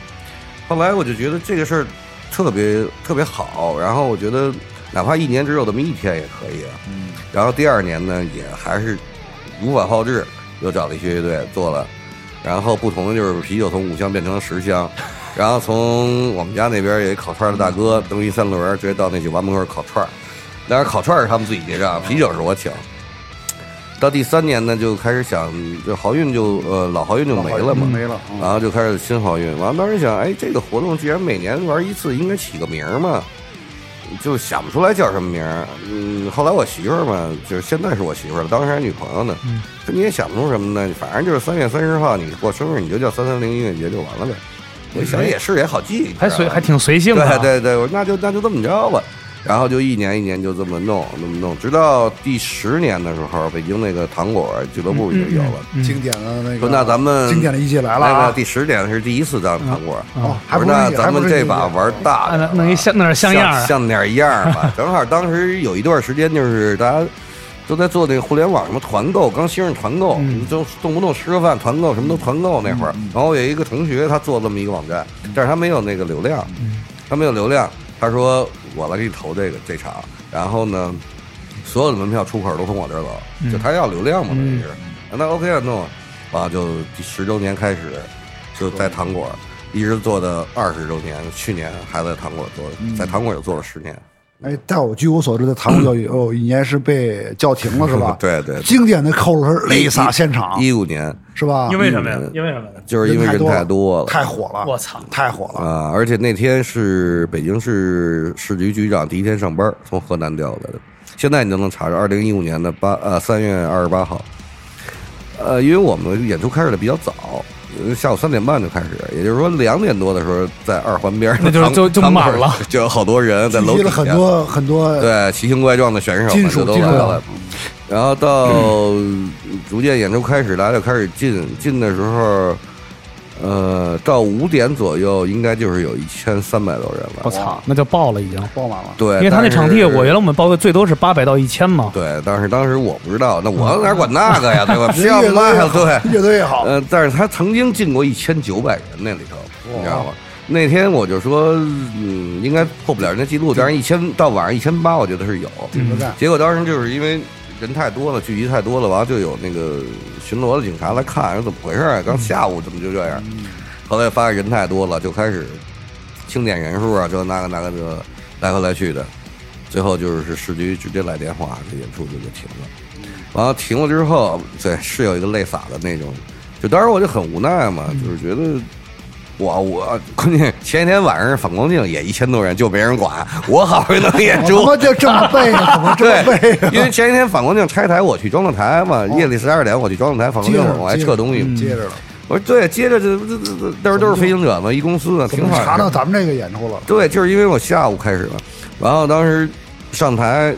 C: 后来我就觉得这个事儿特别特别好，然后我觉得哪怕一年只有这么一天也可以啊。
A: 嗯
C: 然后第二年呢，也还是无法炮制，又找了一些乐队做了。然后不同的就是啤酒从五箱变成了十箱， 然后从我们家那边有一烤串的大哥蹬一三轮儿直接到那酒吧门口烤串儿，但是烤串儿是他们自己结账，啤酒是我请。到第三年呢，就开始想，就豪运就呃老豪运就没了嘛，
A: 没了，
C: 然后就开始新好运。完了，当时想，哎，这个活动既然每年玩一次，应该起个名儿嘛，就想不出来叫什么名儿。嗯，后来我媳妇儿嘛，就是现在是我媳妇儿了，当时还女朋友呢，
B: 嗯
C: 说你也想不出什么呢，反正就是三月三十号你过生日，你就叫三三零音乐节就完了呗。我一想也是，也好记，
B: 还随
C: 是吧
B: 还挺随性的啊，
C: 对对对，我说那就那就这么着吧。然后就一年一年就这么弄，这么弄，直到第十年的时候，北京那个糖果俱乐部就有了。
B: 嗯
D: 经典的那个。
C: 说那咱们
D: 经典的一季来了
C: 那个
D: 啊！
C: 第十年是第一次当糖果。
D: 哦，还
C: 我
D: 不
C: 说
D: 是
C: 那
D: 一季
C: 咱们这把，玩大
B: 啊
C: 点儿吧，
B: 弄弄一像弄点像样儿啊
C: 像点样 儿吧。正好当时有一段时间，就是大家都在做那个互联网什么团购，刚兴盛团购，
B: 嗯
C: 就动不动吃个饭团购，什么都团购那会儿。然后有一个同学他做这么一个网站，
B: 嗯
C: 但是他没有那个流量，他没有流量，他说我来给你投这个这场，然后呢，所有的门票出口都从我这儿走，
B: 嗯
C: 就他要流量嘛，等于是。那 OK 啊，弄啊，啊就第十周年开始，就在糖果一直做到二十周年，去年还在糖果做，在糖果也做了十年。？
D: 哎，但我据我所知的唐国教育，哦，一年是被叫停了是吧 啊
C: 对 对对
D: 经典的扣轮儿丽莎现场
C: 一五年
D: 是吧？
B: 因为什么呀？因为什么呀？
C: 就是因为人太多了，
D: 太火了，
B: 我操
D: 太火了！
C: 嗯啊！而且那天是北京市市局局长第一天上班，从河南调来的。现在你都能查着，二零一五年的八呃三月二十八号，呃，因为我们演出开始的比较早，呃下午三点半就开始，也就是说两点多的时候，在二环边儿
B: 那就是
C: 糖
B: 就就
C: 糖果
B: 满了，
C: 就有好多人在
D: 聚
C: 楼
D: 集
C: 底
D: 了
C: 下
D: 很多很
B: 嗯
D: 多
C: 对奇形怪状的选手
D: 金
C: 们
D: 属
C: 就都
D: 金
C: 来
D: 属
C: 了。然后到逐渐演出开始，大家就开始进进的时候，呃，到五点左右应该就是有一千三百多人
B: 我
C: 了。
B: 操，那就爆了已经。
D: 爆满了，
C: 对，
B: 因为他那
C: 但是
B: 场地，我原来我们报的最多是八百到一千嘛。
C: 对，但是当时我不知道，那我哪管那个呀，对吧？
D: 人
C: 要
D: 越多
C: 卖
D: 越
C: 了，
D: 好
C: 对，
D: 越多越好。
C: 呃，但是他曾经进过一千九百人那里头，你知道吗？那天我就说，嗯，应该破不了人家记录，但是一千到晚上一千八，我觉得是有。
D: 顶着干，
C: 结果当时就是因为人太多了，聚集太多了，完了就有那个巡逻的警察来看，说怎么回事啊？刚下午怎么就这样？
D: 嗯
C: 后来发现人太多了，就开始清点人数啊，这那个那个这个来回来去的，最后就是市局直接来电话，这演出就就停了。
D: 嗯
C: 完了停了之后，对，是有一个泪洒的那种，就当时我就很无奈嘛，
D: 嗯
C: 就是觉得。我我关键前一天晚上反光镜也一千多人，就没人管。我好不容易能演
D: 我
C: 出，
D: 哦他妈就这 么背啊，怎么这么背
C: 对
D: 啊？，哦
C: 因为前一天反光镜拆台，我去装了台嘛，夜里十二点我去装了台反光
D: 接
C: 镜
D: 着，
C: 我还
D: 接
C: 撤
D: 着
C: 东西嘛。嗯
D: 接着了，
C: 我说对，接着这这这这到时候都是飞行者嘛，一公司的，
D: 怎
C: 挺
D: 么
C: 好的。
D: 查到咱们这个演出了？
C: 对，就是因为我下午开始了，然后当时上台，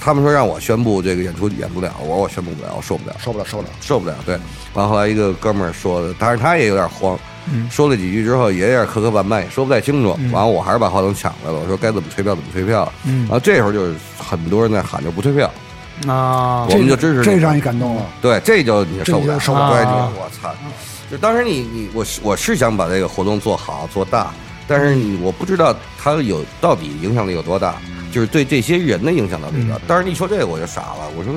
C: 他们说让我宣布这个演出演不了，我说我宣布不了，我受不了，
D: 受不了，受不了！
C: 受不了。对，完后来一个哥们儿说的，但是他也有点慌，
D: 嗯
C: 说了几句之后也有点磕磕绊绊，也说不太清楚。完了我还是把话筒抢来了，我说该怎么退票怎么退票。
D: 嗯
C: 然后这时候就是很多人在喊着不退票，
B: 啊
C: 我，们就支持你
D: 这让你感动了，
C: 对，这就你受不
D: 这
C: 了，
D: 就受
B: 不了
C: 对，
B: 啊
C: 你我操！就当时你你我是我是想把这个活动做好做大，但是你我不知道它有到底影响力有多大，就是对这些人的影响到底有多大。当时一说这个我就傻了，我说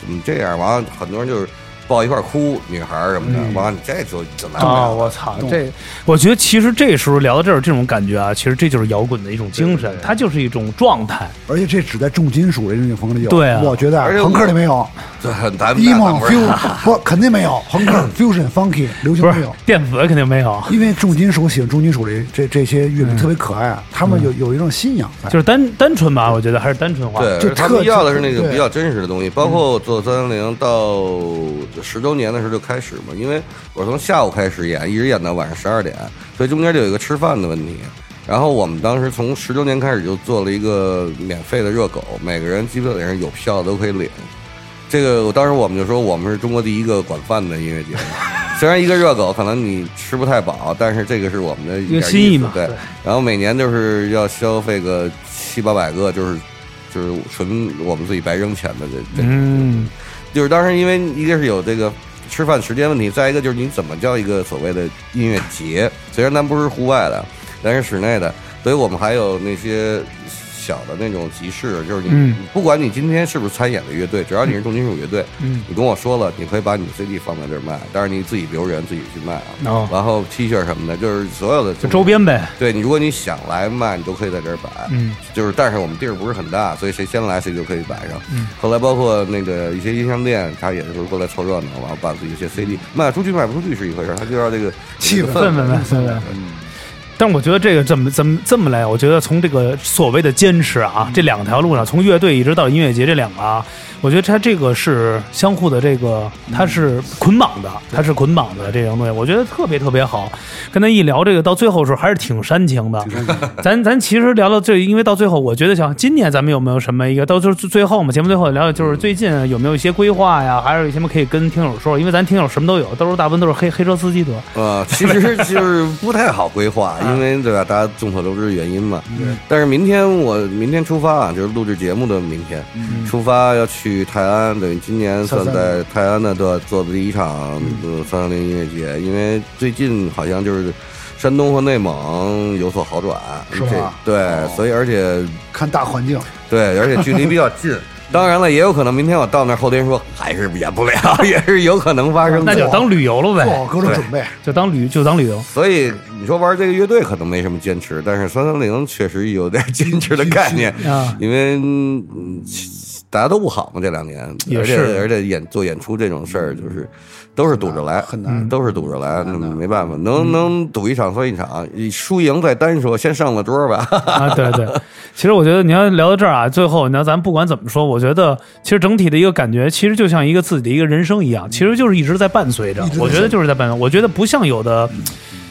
C: 怎么这样？完了，很多人就是抱一块儿哭，女孩儿什么的。完了，你这就就来不
B: 啊！
C: 了。
B: 我操，这我觉得其实这时候聊到这儿，这种感觉啊，其实这就是摇滚的一种精神，它就是一种状态。
D: 而且这只在重金属这种风里有，
B: 对啊
D: 我觉得啊
C: 而且我
D: 朋克里没有，
C: 这 很咱们
D: emo fuse 不肯定没有，朋克 fusion funky 流行
B: 不
D: 没
B: 是
D: 有。
B: 电子肯定没有，
D: 因为重金属喜欢重金属这这这些乐队特别可爱啊，他们有有一种信仰在，
B: 嗯就是单单纯吧，我觉得还是单纯化。
C: 对，
D: 就
C: 而他
D: 特
C: 们要的是那个
D: 对
C: 比较真实的东西，包括做三三零到十周年的时候就开始嘛，因为我从下午开始演，一直演到晚上十二点，所以中间就有一个吃饭的问题。然后我们当时从十周年开始就做了一个免费的热狗，每个人基本上有票的都可以领。这个我当时我们就说我们是中国第一个管饭的音乐节目，虽然一个热狗可能你吃不太饱，但是这个是我们的一
B: 一
C: 点
B: 个心意
C: 意思
B: 嘛
C: 对
B: 对，
C: 然后每年就是要消费个七八百个，就是就是纯我们自己白扔钱的这这，
B: 嗯，
C: 就是当时因为一个是有这个吃饭时间问题，再一个就是你怎么叫一个所谓的音乐节，虽然咱不是户外的，咱是室内的，所以我们还有那些。小的那种集市，就是你、
B: 嗯
C: 不管你今天是不是参演的乐队，只要你是重金属乐队，
B: 嗯
C: 你跟我说了，你可以把你 CD 放在这儿卖，但是你自己留人自己去卖啊。
B: 哦
C: 然后 T 恤什么的，就是所有的
B: 就周边呗。
C: 对你，如果你想来卖，你都可以在这儿摆。
B: 嗯，
C: 就是，但是我们地儿不是很大，所以谁先来谁就可以摆上。嗯，后来包括那个一些音像店，他也是过来凑热闹，然后把自己一些 CD 卖出去卖不出去是一回事儿，他就要这个
D: 气
C: 这个
D: 氛
B: 氛
C: 氛
B: 围
C: 围
B: 呗，氛围。但我觉得这个怎么怎么这么来？我觉得从这个所谓的坚持啊，这两条路上，从乐队一直到音乐节这两个啊，我觉得它这个是相互的，这个它是捆绑的，它是捆绑的这种东西，我觉得特别特别好。跟他一聊这个，到最后的时候还是挺煽情的。 咱咱其实聊到最，因为到最后，我觉得想今年咱们有没有什么一个到就是最后嘛，节目最后聊聊，就是最近有没有一些规划呀，还有一些什么可以跟听友说？因为咱听友什么都有，都是大部分都是黑黑车司机多。
C: 呃，其实就是不太好规划，因为对吧？大家众所周知的原因嘛。但是明天我明天出发啊，就是录制节目的明天、出发，要去泰安，等于今年算在泰安的对吧做的第一场呃三三零音乐节，因为最近好像就是山东和内蒙有所好转，
D: 是吗
C: 这对，所以而且
D: 看大环境。
C: 对，而且距离比较近。当然了，也有可能明天我到那儿，后天说还是演不了， 也是有可能发生的。
B: 那就当旅游了
D: 做
B: 呗
D: 好，各种准备，
B: 就当旅就当旅 游。
C: 所以你说玩这个乐队可能没什么坚持，但是三三零确实有点坚持的 概念
B: 啊，
C: 因为嗯大家都不好嘛这两年，
B: 也
C: 而且
B: 是
C: 而且演做演出这种事儿就是都是堵着来，嗯
D: 很难
C: 都是堵着来，那没办法，
B: 嗯
C: 能能赌一场算一场，输赢再单说，先上个桌吧。
B: 啊，对对，其实我觉得你要聊到这儿啊，最后你要咱不管怎么说，我觉得其实整体的一个感觉，其实就像一个自己的一个人生一样，其实就是一直在伴随着。我觉得就是在伴随，我觉得不像有的。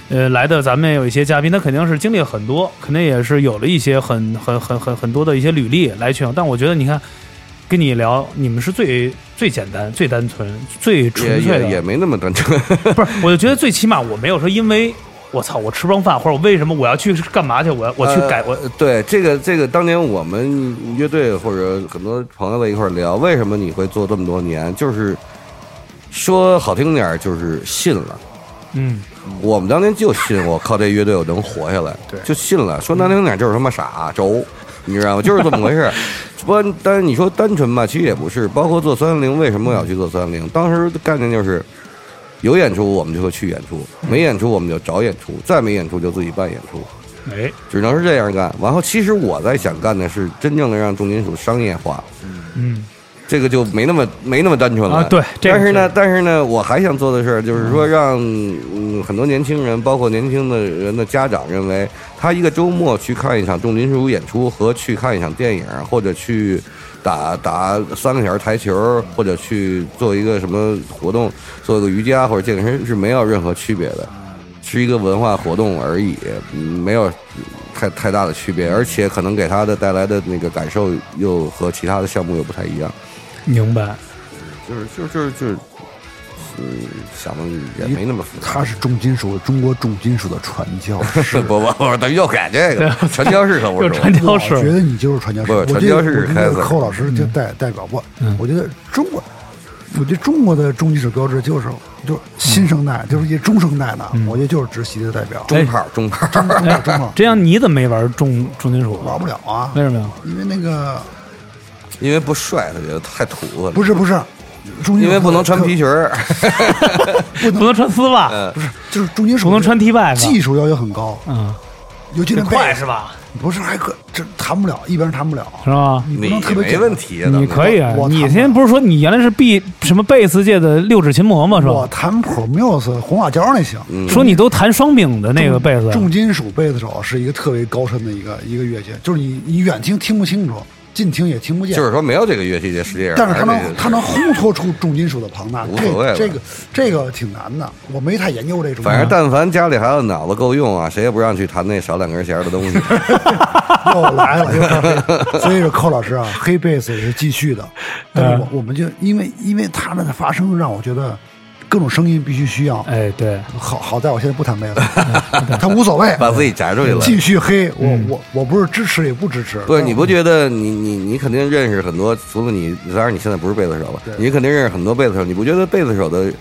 B: 呃，来的咱们有一些嘉宾，他肯定是经历了很多，肯定也是有了一些很很很很很多的一些履历来去。但我觉得，你看，跟你聊，你们是最最简单、最单纯、最
C: 也
B: 纯粹的，
C: 也也没那么 单纯，
B: 不是，我就觉得最起码我没有说因为我操我吃不上饭，或者我为什么我要去干嘛去，我要我去改我
C: 呃。对这个这个，当年我们乐队或者很多朋友在一块儿聊，为什么你会做这么多年？就是说好听点儿，就是信了。
B: 嗯，
C: 我们当年就信，我靠这乐队我能活下来，对，就信了。说难听点就是他妈傻轴，你知道吗？就是这么回事。不，但是你说单纯吧，其实也不是。包括做三三零，为什么我要去做三三零？当时的概念就是，有演出我们就会去演出，没演出我们就找演出，再没演出就自己办演出。
B: 哎，
C: 只能是这样干。然后，其实我在想干的是真正的让重金属商业化，
B: 嗯，
C: 这个就没那么没那么单纯了。
B: 啊对这个
C: 但是呢，但是呢，我还想做的事儿就是说让，嗯很多年轻人，包括年轻的人的家长认为，他一个周末去看一场重金属演出和去看一场电影，或者去。打打三个小时台球，或者去做一个什么活动，做一个瑜伽或者健身是没有任何区别的。是一个文化活动而已，嗯没有太太大的区别，而且可能给他的带来的那个感受又和其他的项目又不太一样，
B: 明白。
C: 就是就是就是就是，嗯，想的也没那么复杂。
D: 他是重金属，中国重金属的传 教士。
C: 不不不，咱们又改这个传教士可不
B: 又
C: 是
B: 传
C: 说，
B: 教
D: 我觉
B: 士，
D: 得你就是传教士，
C: 不
D: 我
C: 传
D: 觉得
C: 教士是
D: 我觉
C: 开
D: 得
C: 始的
D: 寇老师就
B: 嗯
D: 代代表不，我觉得中国，我觉得中国的重金属标志就是就是新生代，
B: 嗯
D: 就是一中生代呢，我觉得就是直系的代表，
C: 中炮中炮，
D: 中炮中炮
B: 哎这样你怎么没玩重重金属？
D: 玩不了啊
B: 为，什么呀？
D: 因为那个
C: 因为不帅，他觉得太土了，
D: 不是不是，重金属
C: 因为不能穿皮裙儿，
B: 不能穿丝袜，
D: 呃不是就是重金属
B: 不能穿 T 外
D: 技术要求很高，
B: 嗯，
D: 尤其
B: 得
D: 那贝
B: 快
D: 斯
B: 是吧？
D: 不是还可这谈不了，一般人谈不了，
E: 是吧？
D: 你不
C: 你
D: 能特别
C: 没
D: 简
C: 问
D: 单。
C: 题，咱
E: 你
C: 们
E: 可以啊
D: 我，
E: 你
D: 谈
E: 之前
D: 吧
E: 不是说你原来是贝什么贝斯界的六指琴魔吗？是
D: 我
E: 吧？
D: 弹 Promus 红发胶那行，
C: 嗯
E: 说你都弹双柄的那个贝斯，啊
D: 重金属贝斯手是一个特别高深的一个一个乐器，就是你你远听听不清楚，近听也听不见，
C: 就是说没有这个乐器这世界上，
D: 但是它
C: 还这
D: 能
C: 个
D: 它能烘托出重金属的庞大，
C: 无所谓了
D: 这这个这个挺难的，我没太研究这种。
C: 反正但凡家里孩子脑子够用啊，谁也不让去弹那少两根弦儿的东西。
D: 又来了，又来了。所以说，寇老师啊，黑贝斯也是继续的，但是我我们就因为因为他的发声让我觉得各种声音必须需要。
E: 哎，对，
D: 好好在我现在不弹贝斯，他无所谓，
C: 把自己夹出去了
D: 继续黑，我我我不是支持也不支持，
C: 不是，你不觉得你你你肯定认识很多，除了你，当然你现在不是贝斯手了，你肯定认识很多贝斯手。你不觉得贝斯手的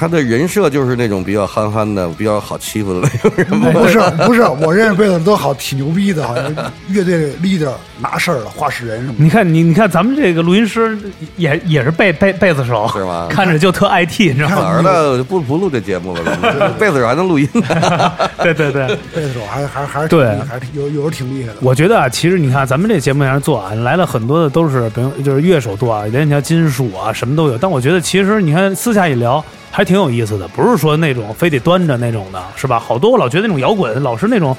C: 他的人设就是那种比较憨憨的、比较好欺负的那种 人吗？
D: 不是不是，我认识贝斯都好挺牛逼的，好像乐队 leader 拿事儿了，话事人什么的。
B: 你看，你你看，咱们这个录音师也也是贝贝贝斯手，
C: 是吗
B: 看着就特 IT，你知道
C: 反
B: 吗？
C: 而呢，不不录这节目了，咱 们贝斯手还能录音呢。
B: 对对对，
D: 贝斯手还还还是挺
E: 对
D: 厉害还是挺有有时候挺厉害的。
B: 我觉得啊，其实你看，咱们这节目上做啊，来了很多的都是，比如就是乐手多啊，连你像金属啊什么都有。但我觉得其实你看私下一聊，还挺有意思的，不是说那种非得端着那种的，是吧？好多我老觉得那种摇滚老是那种，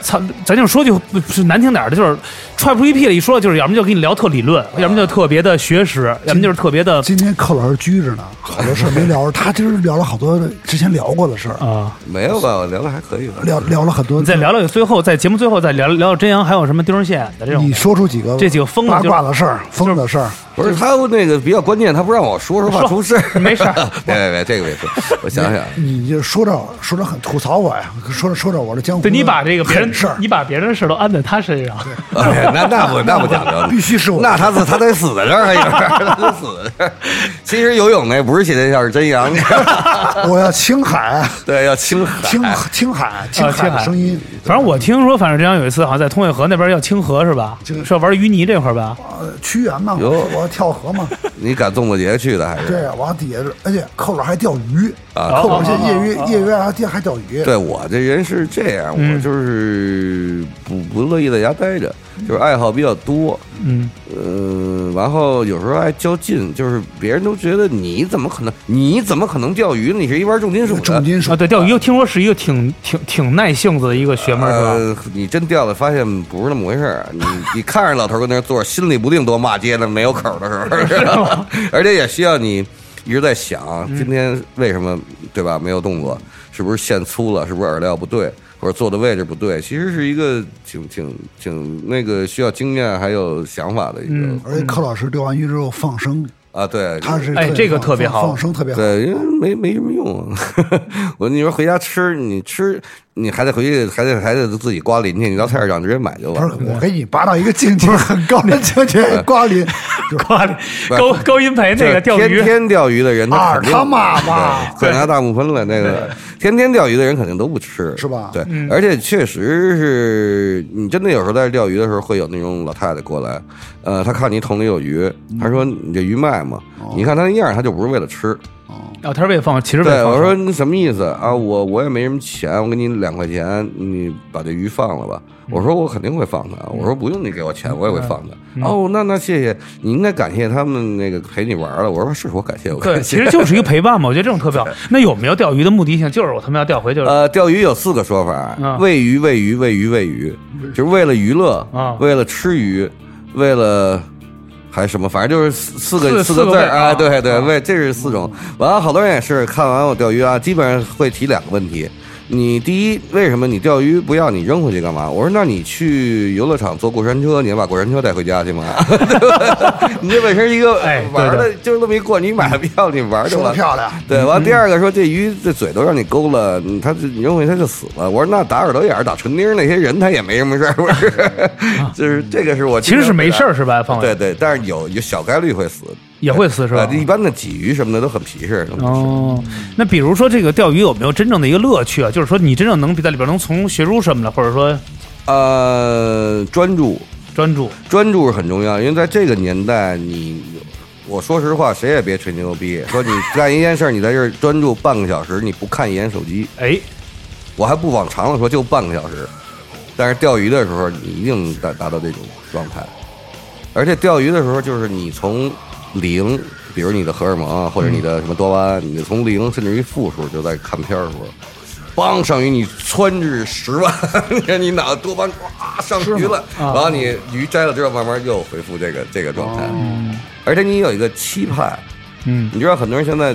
B: 操，咱就说句是难听点儿的，就是踹不出一屁来，一说就是要么就跟你聊特理论，要么就特别的学识，要么就是特别的
D: 今天寇老师拘着呢，好多事儿没聊着，他今儿聊了好多之前聊过的事儿，
B: 啊。
C: 没有吧？我聊的还可以吧。
D: 聊聊了很多。
B: 你再聊聊最后，在节目最后再聊聊聊真阳还有什么丢人现眼的这种
D: 你。说出几个
B: 这几个疯的
D: 八
B: 就
D: 卦的事儿、疯的事儿，
C: 不是他那个比较关键，他不让我说说话出事儿。
B: 没事儿
C: 别别别，这个别说，我想想。
D: 你就说着说着很吐槽我呀，说着说着我这江湖。
B: 对你把这个别人
D: 事儿
B: 你，把别人的事儿都安在他身上，
C: 哎那那不那不讲究，
D: 必须是 我
C: 那他是他得死在这儿，还啊有他得死在这儿。其实游泳那不是谢天笑，是真阳。
D: 我要青海，啊
C: 对，要青海。
D: 青青海，青
B: 啊青
D: 海的
B: 海
D: 声音，
B: 反正我听说，反正这样有一次，好像在通惠河那边要清河是吧？是要玩淤泥这块儿吧？
D: 呃，屈原嘛，
C: 哟
D: 我我要跳河嘛，
C: 你赶粽子节去的还是？
D: 对，往底下是，而且寇老师还钓鱼，
C: 啊
D: 寇老师现在业余业余还钓还钓鱼，
C: 对我这人是这样，
D: 嗯
C: 我就是不不乐意在家待着，就是爱好比较多，
B: 嗯，
C: 嗯，然后有时候爱较劲，就是别人都觉得你怎么可能，你怎么可能钓鱼呢？你是一玩重金属的，
D: 重金属
C: 呃
B: 啊，对，钓鱼，听说是一个挺挺挺耐性子的一个学门是吧？
C: 呃，你真掉了，发现不是那么回事儿。 你你看着老头儿跟那儿坐着，心里不定多骂街呢，没有口儿的时候， 而且也需要你一直在想，今天为什么对吧？没有动作，是不是线粗了？是不是饵料不对，或者坐的位置不对？其实是一个挺挺挺那个需要经验还有想法的一个、
B: 嗯
D: 而且寇老师钓完鱼之后放生，
C: 啊，对，
D: 他是
B: 哎
D: 特别
B: 这个
D: 放
B: 特别
D: 放
B: 好
D: 放生特别好。
C: 对，因为没没什么用、啊。 我你说回家吃，你吃你还得回去，还得还得自己刮鳞去，你到菜市场直接买就完
D: 不
C: 了。
D: 是，我给你拔到一个境界，很 高的 境界，瓜林，
C: 啊
D: 就是
B: 高高高音培哎那个钓
C: 天
B: 鱼，
C: 天钓鱼的人，
D: 二
C: 肯定
D: 他妈吧
C: 对可拿大木盆了那个，天天钓鱼的人肯定都不吃，
D: 是吧
C: 对，
B: 嗯
C: 而且确实是你真的有时候在这钓鱼的时候，会有那种老太太过来，呃，她看你桶里有鱼，她说你这鱼卖吗？
D: 哦
C: 你看她那样，她就不是为了吃。
B: 啊，他是为放，其实为
C: 对，
B: 放
C: 我
B: 生
C: 说你什么意思啊？我我也没什么钱，我给你两块钱，你把这鱼放了吧。我说我肯定会放的，啊我说不用你给我钱，我也会放的。
B: 嗯
C: 哦，那那谢谢，你应该感谢他们那个陪你玩了。我说是我感谢，我感
B: 对，
C: 谢。
B: 其实就是一个陪伴嘛，我觉得这种特别好。那有没有钓鱼的目的性？就是我他妈要钓回，就是
C: 呃，钓鱼有四个说法
B: 嗯：
C: 喂鱼、喂鱼、喂鱼、喂鱼，就是为了娱乐
B: 啊，
C: 为了吃鱼，为了。还什么，反正就是四四个
B: 四
C: 个
B: 四
C: 字
B: 个
C: 儿
B: 味啊
C: 啊，对对，喂，这是四种。完了，好多人也是看完我钓鱼啊，基本上会提两个问题。你第一，为什么你钓鱼不要你扔回去干嘛？我说，那你去游乐场坐过山车，你要把过山车带回家 去吗？对吧你这本身一个
B: 哎对
C: 玩儿
B: 对
C: 的，就这么一过，你买了票，你玩儿就
D: 说
C: 完
D: 的
C: 了。
D: 漂亮，
C: 对，完了第二个说这鱼这嘴都让你勾了，你它就你扔回去它就死了。我说那打耳朵眼儿、打唇钉儿那些人他也没什么事儿，不是？ 就是这个是我
B: 啊其实是没事儿
C: 经
B: 是吧？
C: 常
B: 放
C: 对对，但是有有小概率会死，
B: 也会死是吧
C: 呃？一般的鲫鱼什么的都很皮实，都没事
B: 哦，那比如说这个钓鱼有没有真正的一个乐趣啊？就是说你真正能在里边能从学出什么来，或者说
C: 呃，专注
B: 专注，
C: 专注是很重要，因为在这个年代，你我说实话，谁也别吹牛逼，说你干一件事儿，你在这儿专注半个小时，你不看一眼手机，
B: 哎，
C: 我还不往长了说，就半个小时。但是钓鱼的时候，你一定达达到这种状态。而且钓鱼的时候，就是你从零，比如你的荷尔蒙啊或者你的什么多巴胺，你从零甚至于负数，就在看片儿的时候， 梆上鱼，你窜至十万，你看你脑子多巴胺哇上鱼了，然后你鱼摘了之后，慢慢又恢复这个这个状态。而且你有一个期盼，
B: 嗯，
C: 你知道很多人现在，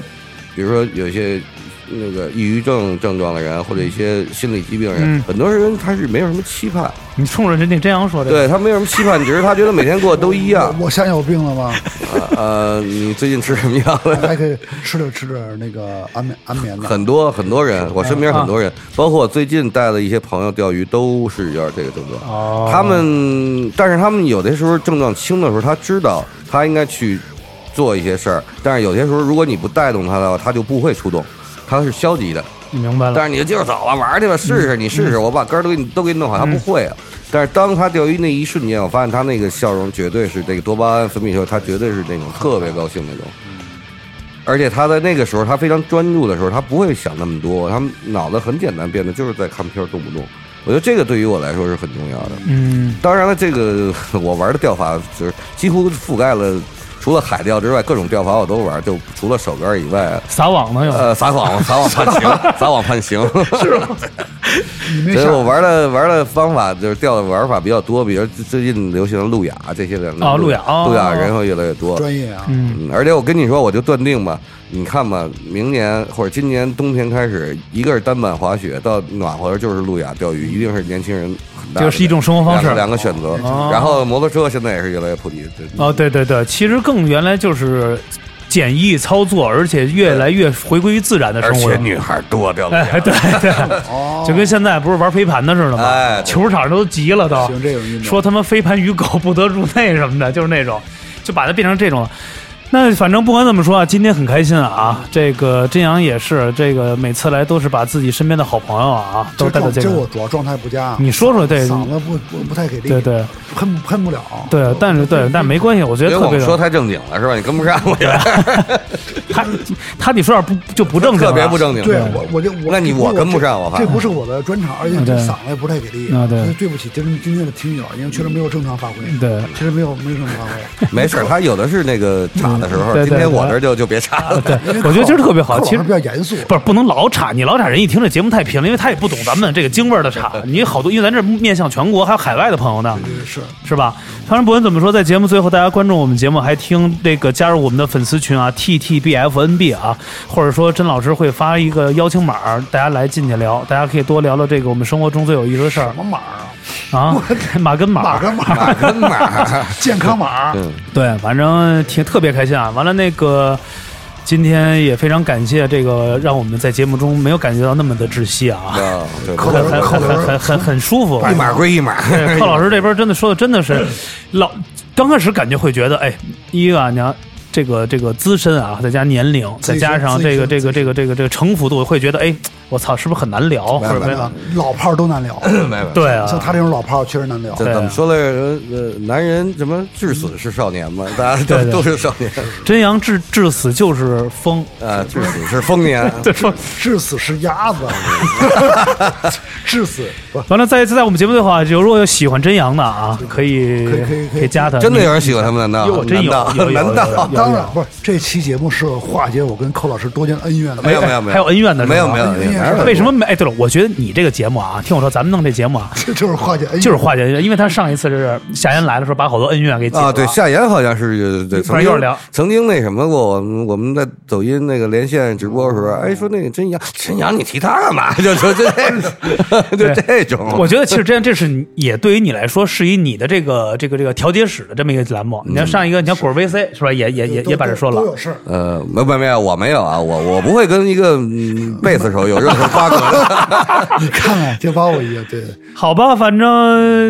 C: 比如说有一些那个抑郁症症状的人，或者一些心理疾病的人，
B: 嗯
C: 很多人他是没有什么期盼，
B: 你冲着人家真阳说的，
C: 对他没有什么期盼，只是他觉得每天过得都一样。
D: 我现在有病了吗？
C: 呃，你最近吃什么药了？
D: 还可以吃点吃点那个安眠安眠的。
C: 很多很多人，我身边很多人，包括我最近带的一些朋友钓鱼，都是有点这个症状。
B: 哦
C: 他们，但是他们有的时候症状轻的时候，他知道他应该去做一些事儿，但是有些时候如果你不带动他的话，他就不会出动，他是消极的。
B: 你明白了嗯
C: 但，是你就接着走吧，玩儿去吧，试试，你试试，我把杆儿都给你都给你弄好，他不会啊。但是当他钓鱼那一瞬间，我发现他那个笑容绝对是这个多巴胺分泌的时候，他绝对是那种特别高兴那种。而且他在那个时候，他非常专注的时候，他不会想那么多，他脑子很简单变得就是在看片儿动不动。我觉得这个对于我来说是很重要的。
B: 嗯，
C: 当然了，这个我玩的钓法就是几乎覆盖了除了海钓之外各种钓法我都玩，就除了手竿以外，
B: 撒网呢又，
C: 呃，撒 谎，撒谎判刑，撒谎判刑。
D: 你没
C: 所以
D: 想
C: 我玩的玩的方法就是钓的玩法比较多，比如最近流行的路亚这些人
B: 哦路亚哦
C: 路亚人会越来越多。
D: 专业啊？
B: 嗯，
C: 嗯，而且我跟你说，我就断定吧，你看吧，明年或者今年冬天开始，一个是单板滑雪，到暖和了就是路亚钓鱼，一定是年轻人很大的
B: 这个是一种生活方式
C: 两个两个选择。
B: 哦
C: 然后摩托车现在也是越来越普及，对
B: 哦，对对对，其实更原来就是简易操作，而且越来越回归于自然的生
C: 而
B: 活
C: 且。女孩多钓路亚
B: 哎，对对，
D: 哦，
B: 就跟现在不是玩飞盘的似的
C: 哎
B: 吗？球场都急了都，
D: 行，这种运动
B: 说他妈飞盘与狗不得入内什么的，就是那种，就把它变成这种了。那反正不管怎么说啊，今天很开心啊！这个真阳也是，这个每次来都是把自己身边的好朋友啊，
D: 就
B: 都带到
D: 是
B: 这
D: 这
B: 个
D: 我。主要状态不佳，
B: 你说说，对
D: 嗓子不不不太给力，
B: 对对
D: 喷喷不了。
B: 对，但是对，但没关系，我觉
C: 因
B: 得
C: 为
B: 特
C: 我
B: 别
C: 们
B: 的
C: 说太正经了是吧？你跟不上 我觉得，
B: 他他得说点不就不正经了，啊
C: 特别不正经。
D: 对我我就我
C: 那你我跟不上我怕
D: 这不是我的专场，而且这
B: 啊对
D: 嗓子也不太给力
B: 啊对
D: 对不起，今今天的听友，因为确实没有正常发挥，
B: 对
D: 确实没有没有正常发挥。
C: 没事儿，他有的是那个差的时候，
B: 嗯对对
C: 今天我
B: 对
C: 这儿就就别差了。
B: 对，我觉得今儿特别好。
D: 寇老
B: 其
D: 师
B: 实
D: 比较严肃，
B: 不是不能老插，你老插人一听这节目太平了，因为他也不懂咱们这个京味儿的插。你好多，因为咱这面向全国还有海外的朋友呢，
D: 是
B: 是吧？反正不管怎么说，在节目最后，大家关注我们节目，还听这个加入我们的粉丝群啊，T T B F N B 啊，或者说甄老师会发一个邀请码儿，大家来进去聊，大家可以多聊聊这个我们生活中最有意思的事儿
D: 什么码儿啊？
B: 啊，马跟马，
D: 哪个码儿？
C: 马跟马，
D: 健 康码儿。
C: 嗯，
B: 对，反正挺特别开心啊。完了，那个今天也非常感谢这个，让我们在节目中没有感觉到那么的窒息啊，
C: 啊，对
D: 扣
B: 很
D: 扣
B: 很很很很很很舒服。
C: 一码归一码。
B: 对，寇老师这边真的说的真的是老，刚开始感觉会觉得，哎，一个啊，你要这个这个资深啊，再加年龄，再加上这个这个这个这个这个城府度，会觉得，哎，我操，是不是很难聊？或者没有？
D: 老炮儿都难聊，
C: 没有，
B: 对啊，
D: 像他这种老炮儿确实难聊。
C: 这怎么说来着？呃，男人什么至死是少年嘛，大家
B: 对
C: 都
B: 对
C: 都是少年，
B: 真阳至至死就是疯，
C: 啊，至死是丰年。
B: 对，说
D: 至死是鸭 子，至死不
B: 完了，再一次在我们节目最后啊，有如果有喜欢真阳的啊，可以
D: 可以可以可以
B: 加他，
C: 真的有人喜欢他们？难
B: 有
C: 道？
B: 真
C: 难
B: 有
C: 道？
B: 有有有
C: 难道？
B: 有
D: 当
B: 有
D: 然不是。这期节目是化解我跟寇老师多年恩怨的，
C: 没有没有没
B: 哎还有恩怨的是吧
C: 没有没有没有
D: 哎
C: 哪有。
B: 为什么没？哎，对了，我觉得你这个节目啊，听我说，咱们弄这节目啊，
D: 这 就是化解
C: 嗯
D: 恩怨，
B: 就是化解恩怨，因为他上一次是夏言来的时候，把好多恩怨给解嗯了
C: 啊，对，夏言好像是对曾
B: 一会儿
C: 经
B: 聊
C: 曾经那什么过，我们我们在抖音那个连线直播的时候，
B: 嗯
C: 哎，说那个真阳，真阳，你提他干嘛？ 就 就就这，就这种
B: 我。觉得其实这样，这是你也对于你来说是以你的这个这个这个调节室的这么一个栏
C: 嗯
B: 目。你看上一个，你看果儿 VC 是吧？也也也
D: 都
B: 也把这说
D: 都有
B: 了，
D: 事儿。
C: 呃，没没没有，我没有啊，我我不会跟一个嗯贝斯手有任何瓜葛的。
D: 你看
B: 嗯
D: 看，就把我一个
C: 啊
D: 对，
B: 好吧，反正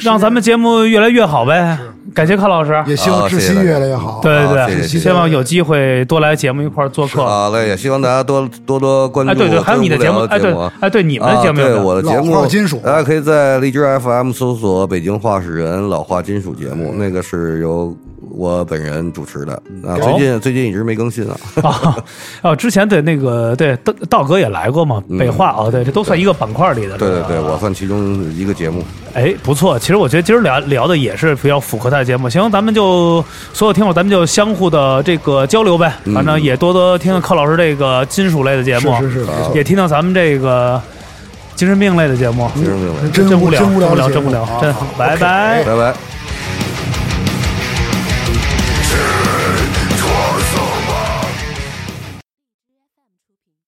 B: 让咱们节目越来越好呗。感谢康老师，
D: 也希望
C: 哦
D: 窒
C: 谢谢大
D: 息
C: 家
D: 越来越好。
B: 对
C: 好谢
B: 对
C: 谢谢啊
B: 对，
C: 谢
B: 希望有机会多来节目一块儿做客。
C: 好嘞，也希望大家多多多关注。
B: 哎，对对，还有你的节目，
C: 我
B: 哎
C: 真无
B: 对
C: 聊节目，
B: 哎对，你们的节目有没
C: 啊对
B: 有，
C: 我的节目
D: 老化金属啊
C: 大家可以在荔枝 FM 搜索“北京话事人”“老化金属”节目，那个是由我本人主持的啊。
B: 哦
C: 最近最近一直没更新啊，
B: 啊啊！之前对那个对道道哥也来过嘛，北化啊，对，这都算一个板块里的。
C: 对对
B: 吧
C: 对，我算其中一个节目。
B: 哎，不错。其实我觉得今儿聊聊的也是比较符合他的节目。行，咱们就所有听友，咱们就相互的这个交流呗。反正也多多听听寇老师这个金属类的节目，
D: 是是是没错
B: 也听听咱们这个精神病类的节目。
C: 精神病了，
B: 真
D: 真
B: 无聊，
D: 真
B: 无
D: 无聊的
B: 聊，
D: 节
B: 真
D: 目
B: 无聊
D: 啊，
B: 真
D: 好
B: 拜拜。
C: 拜拜。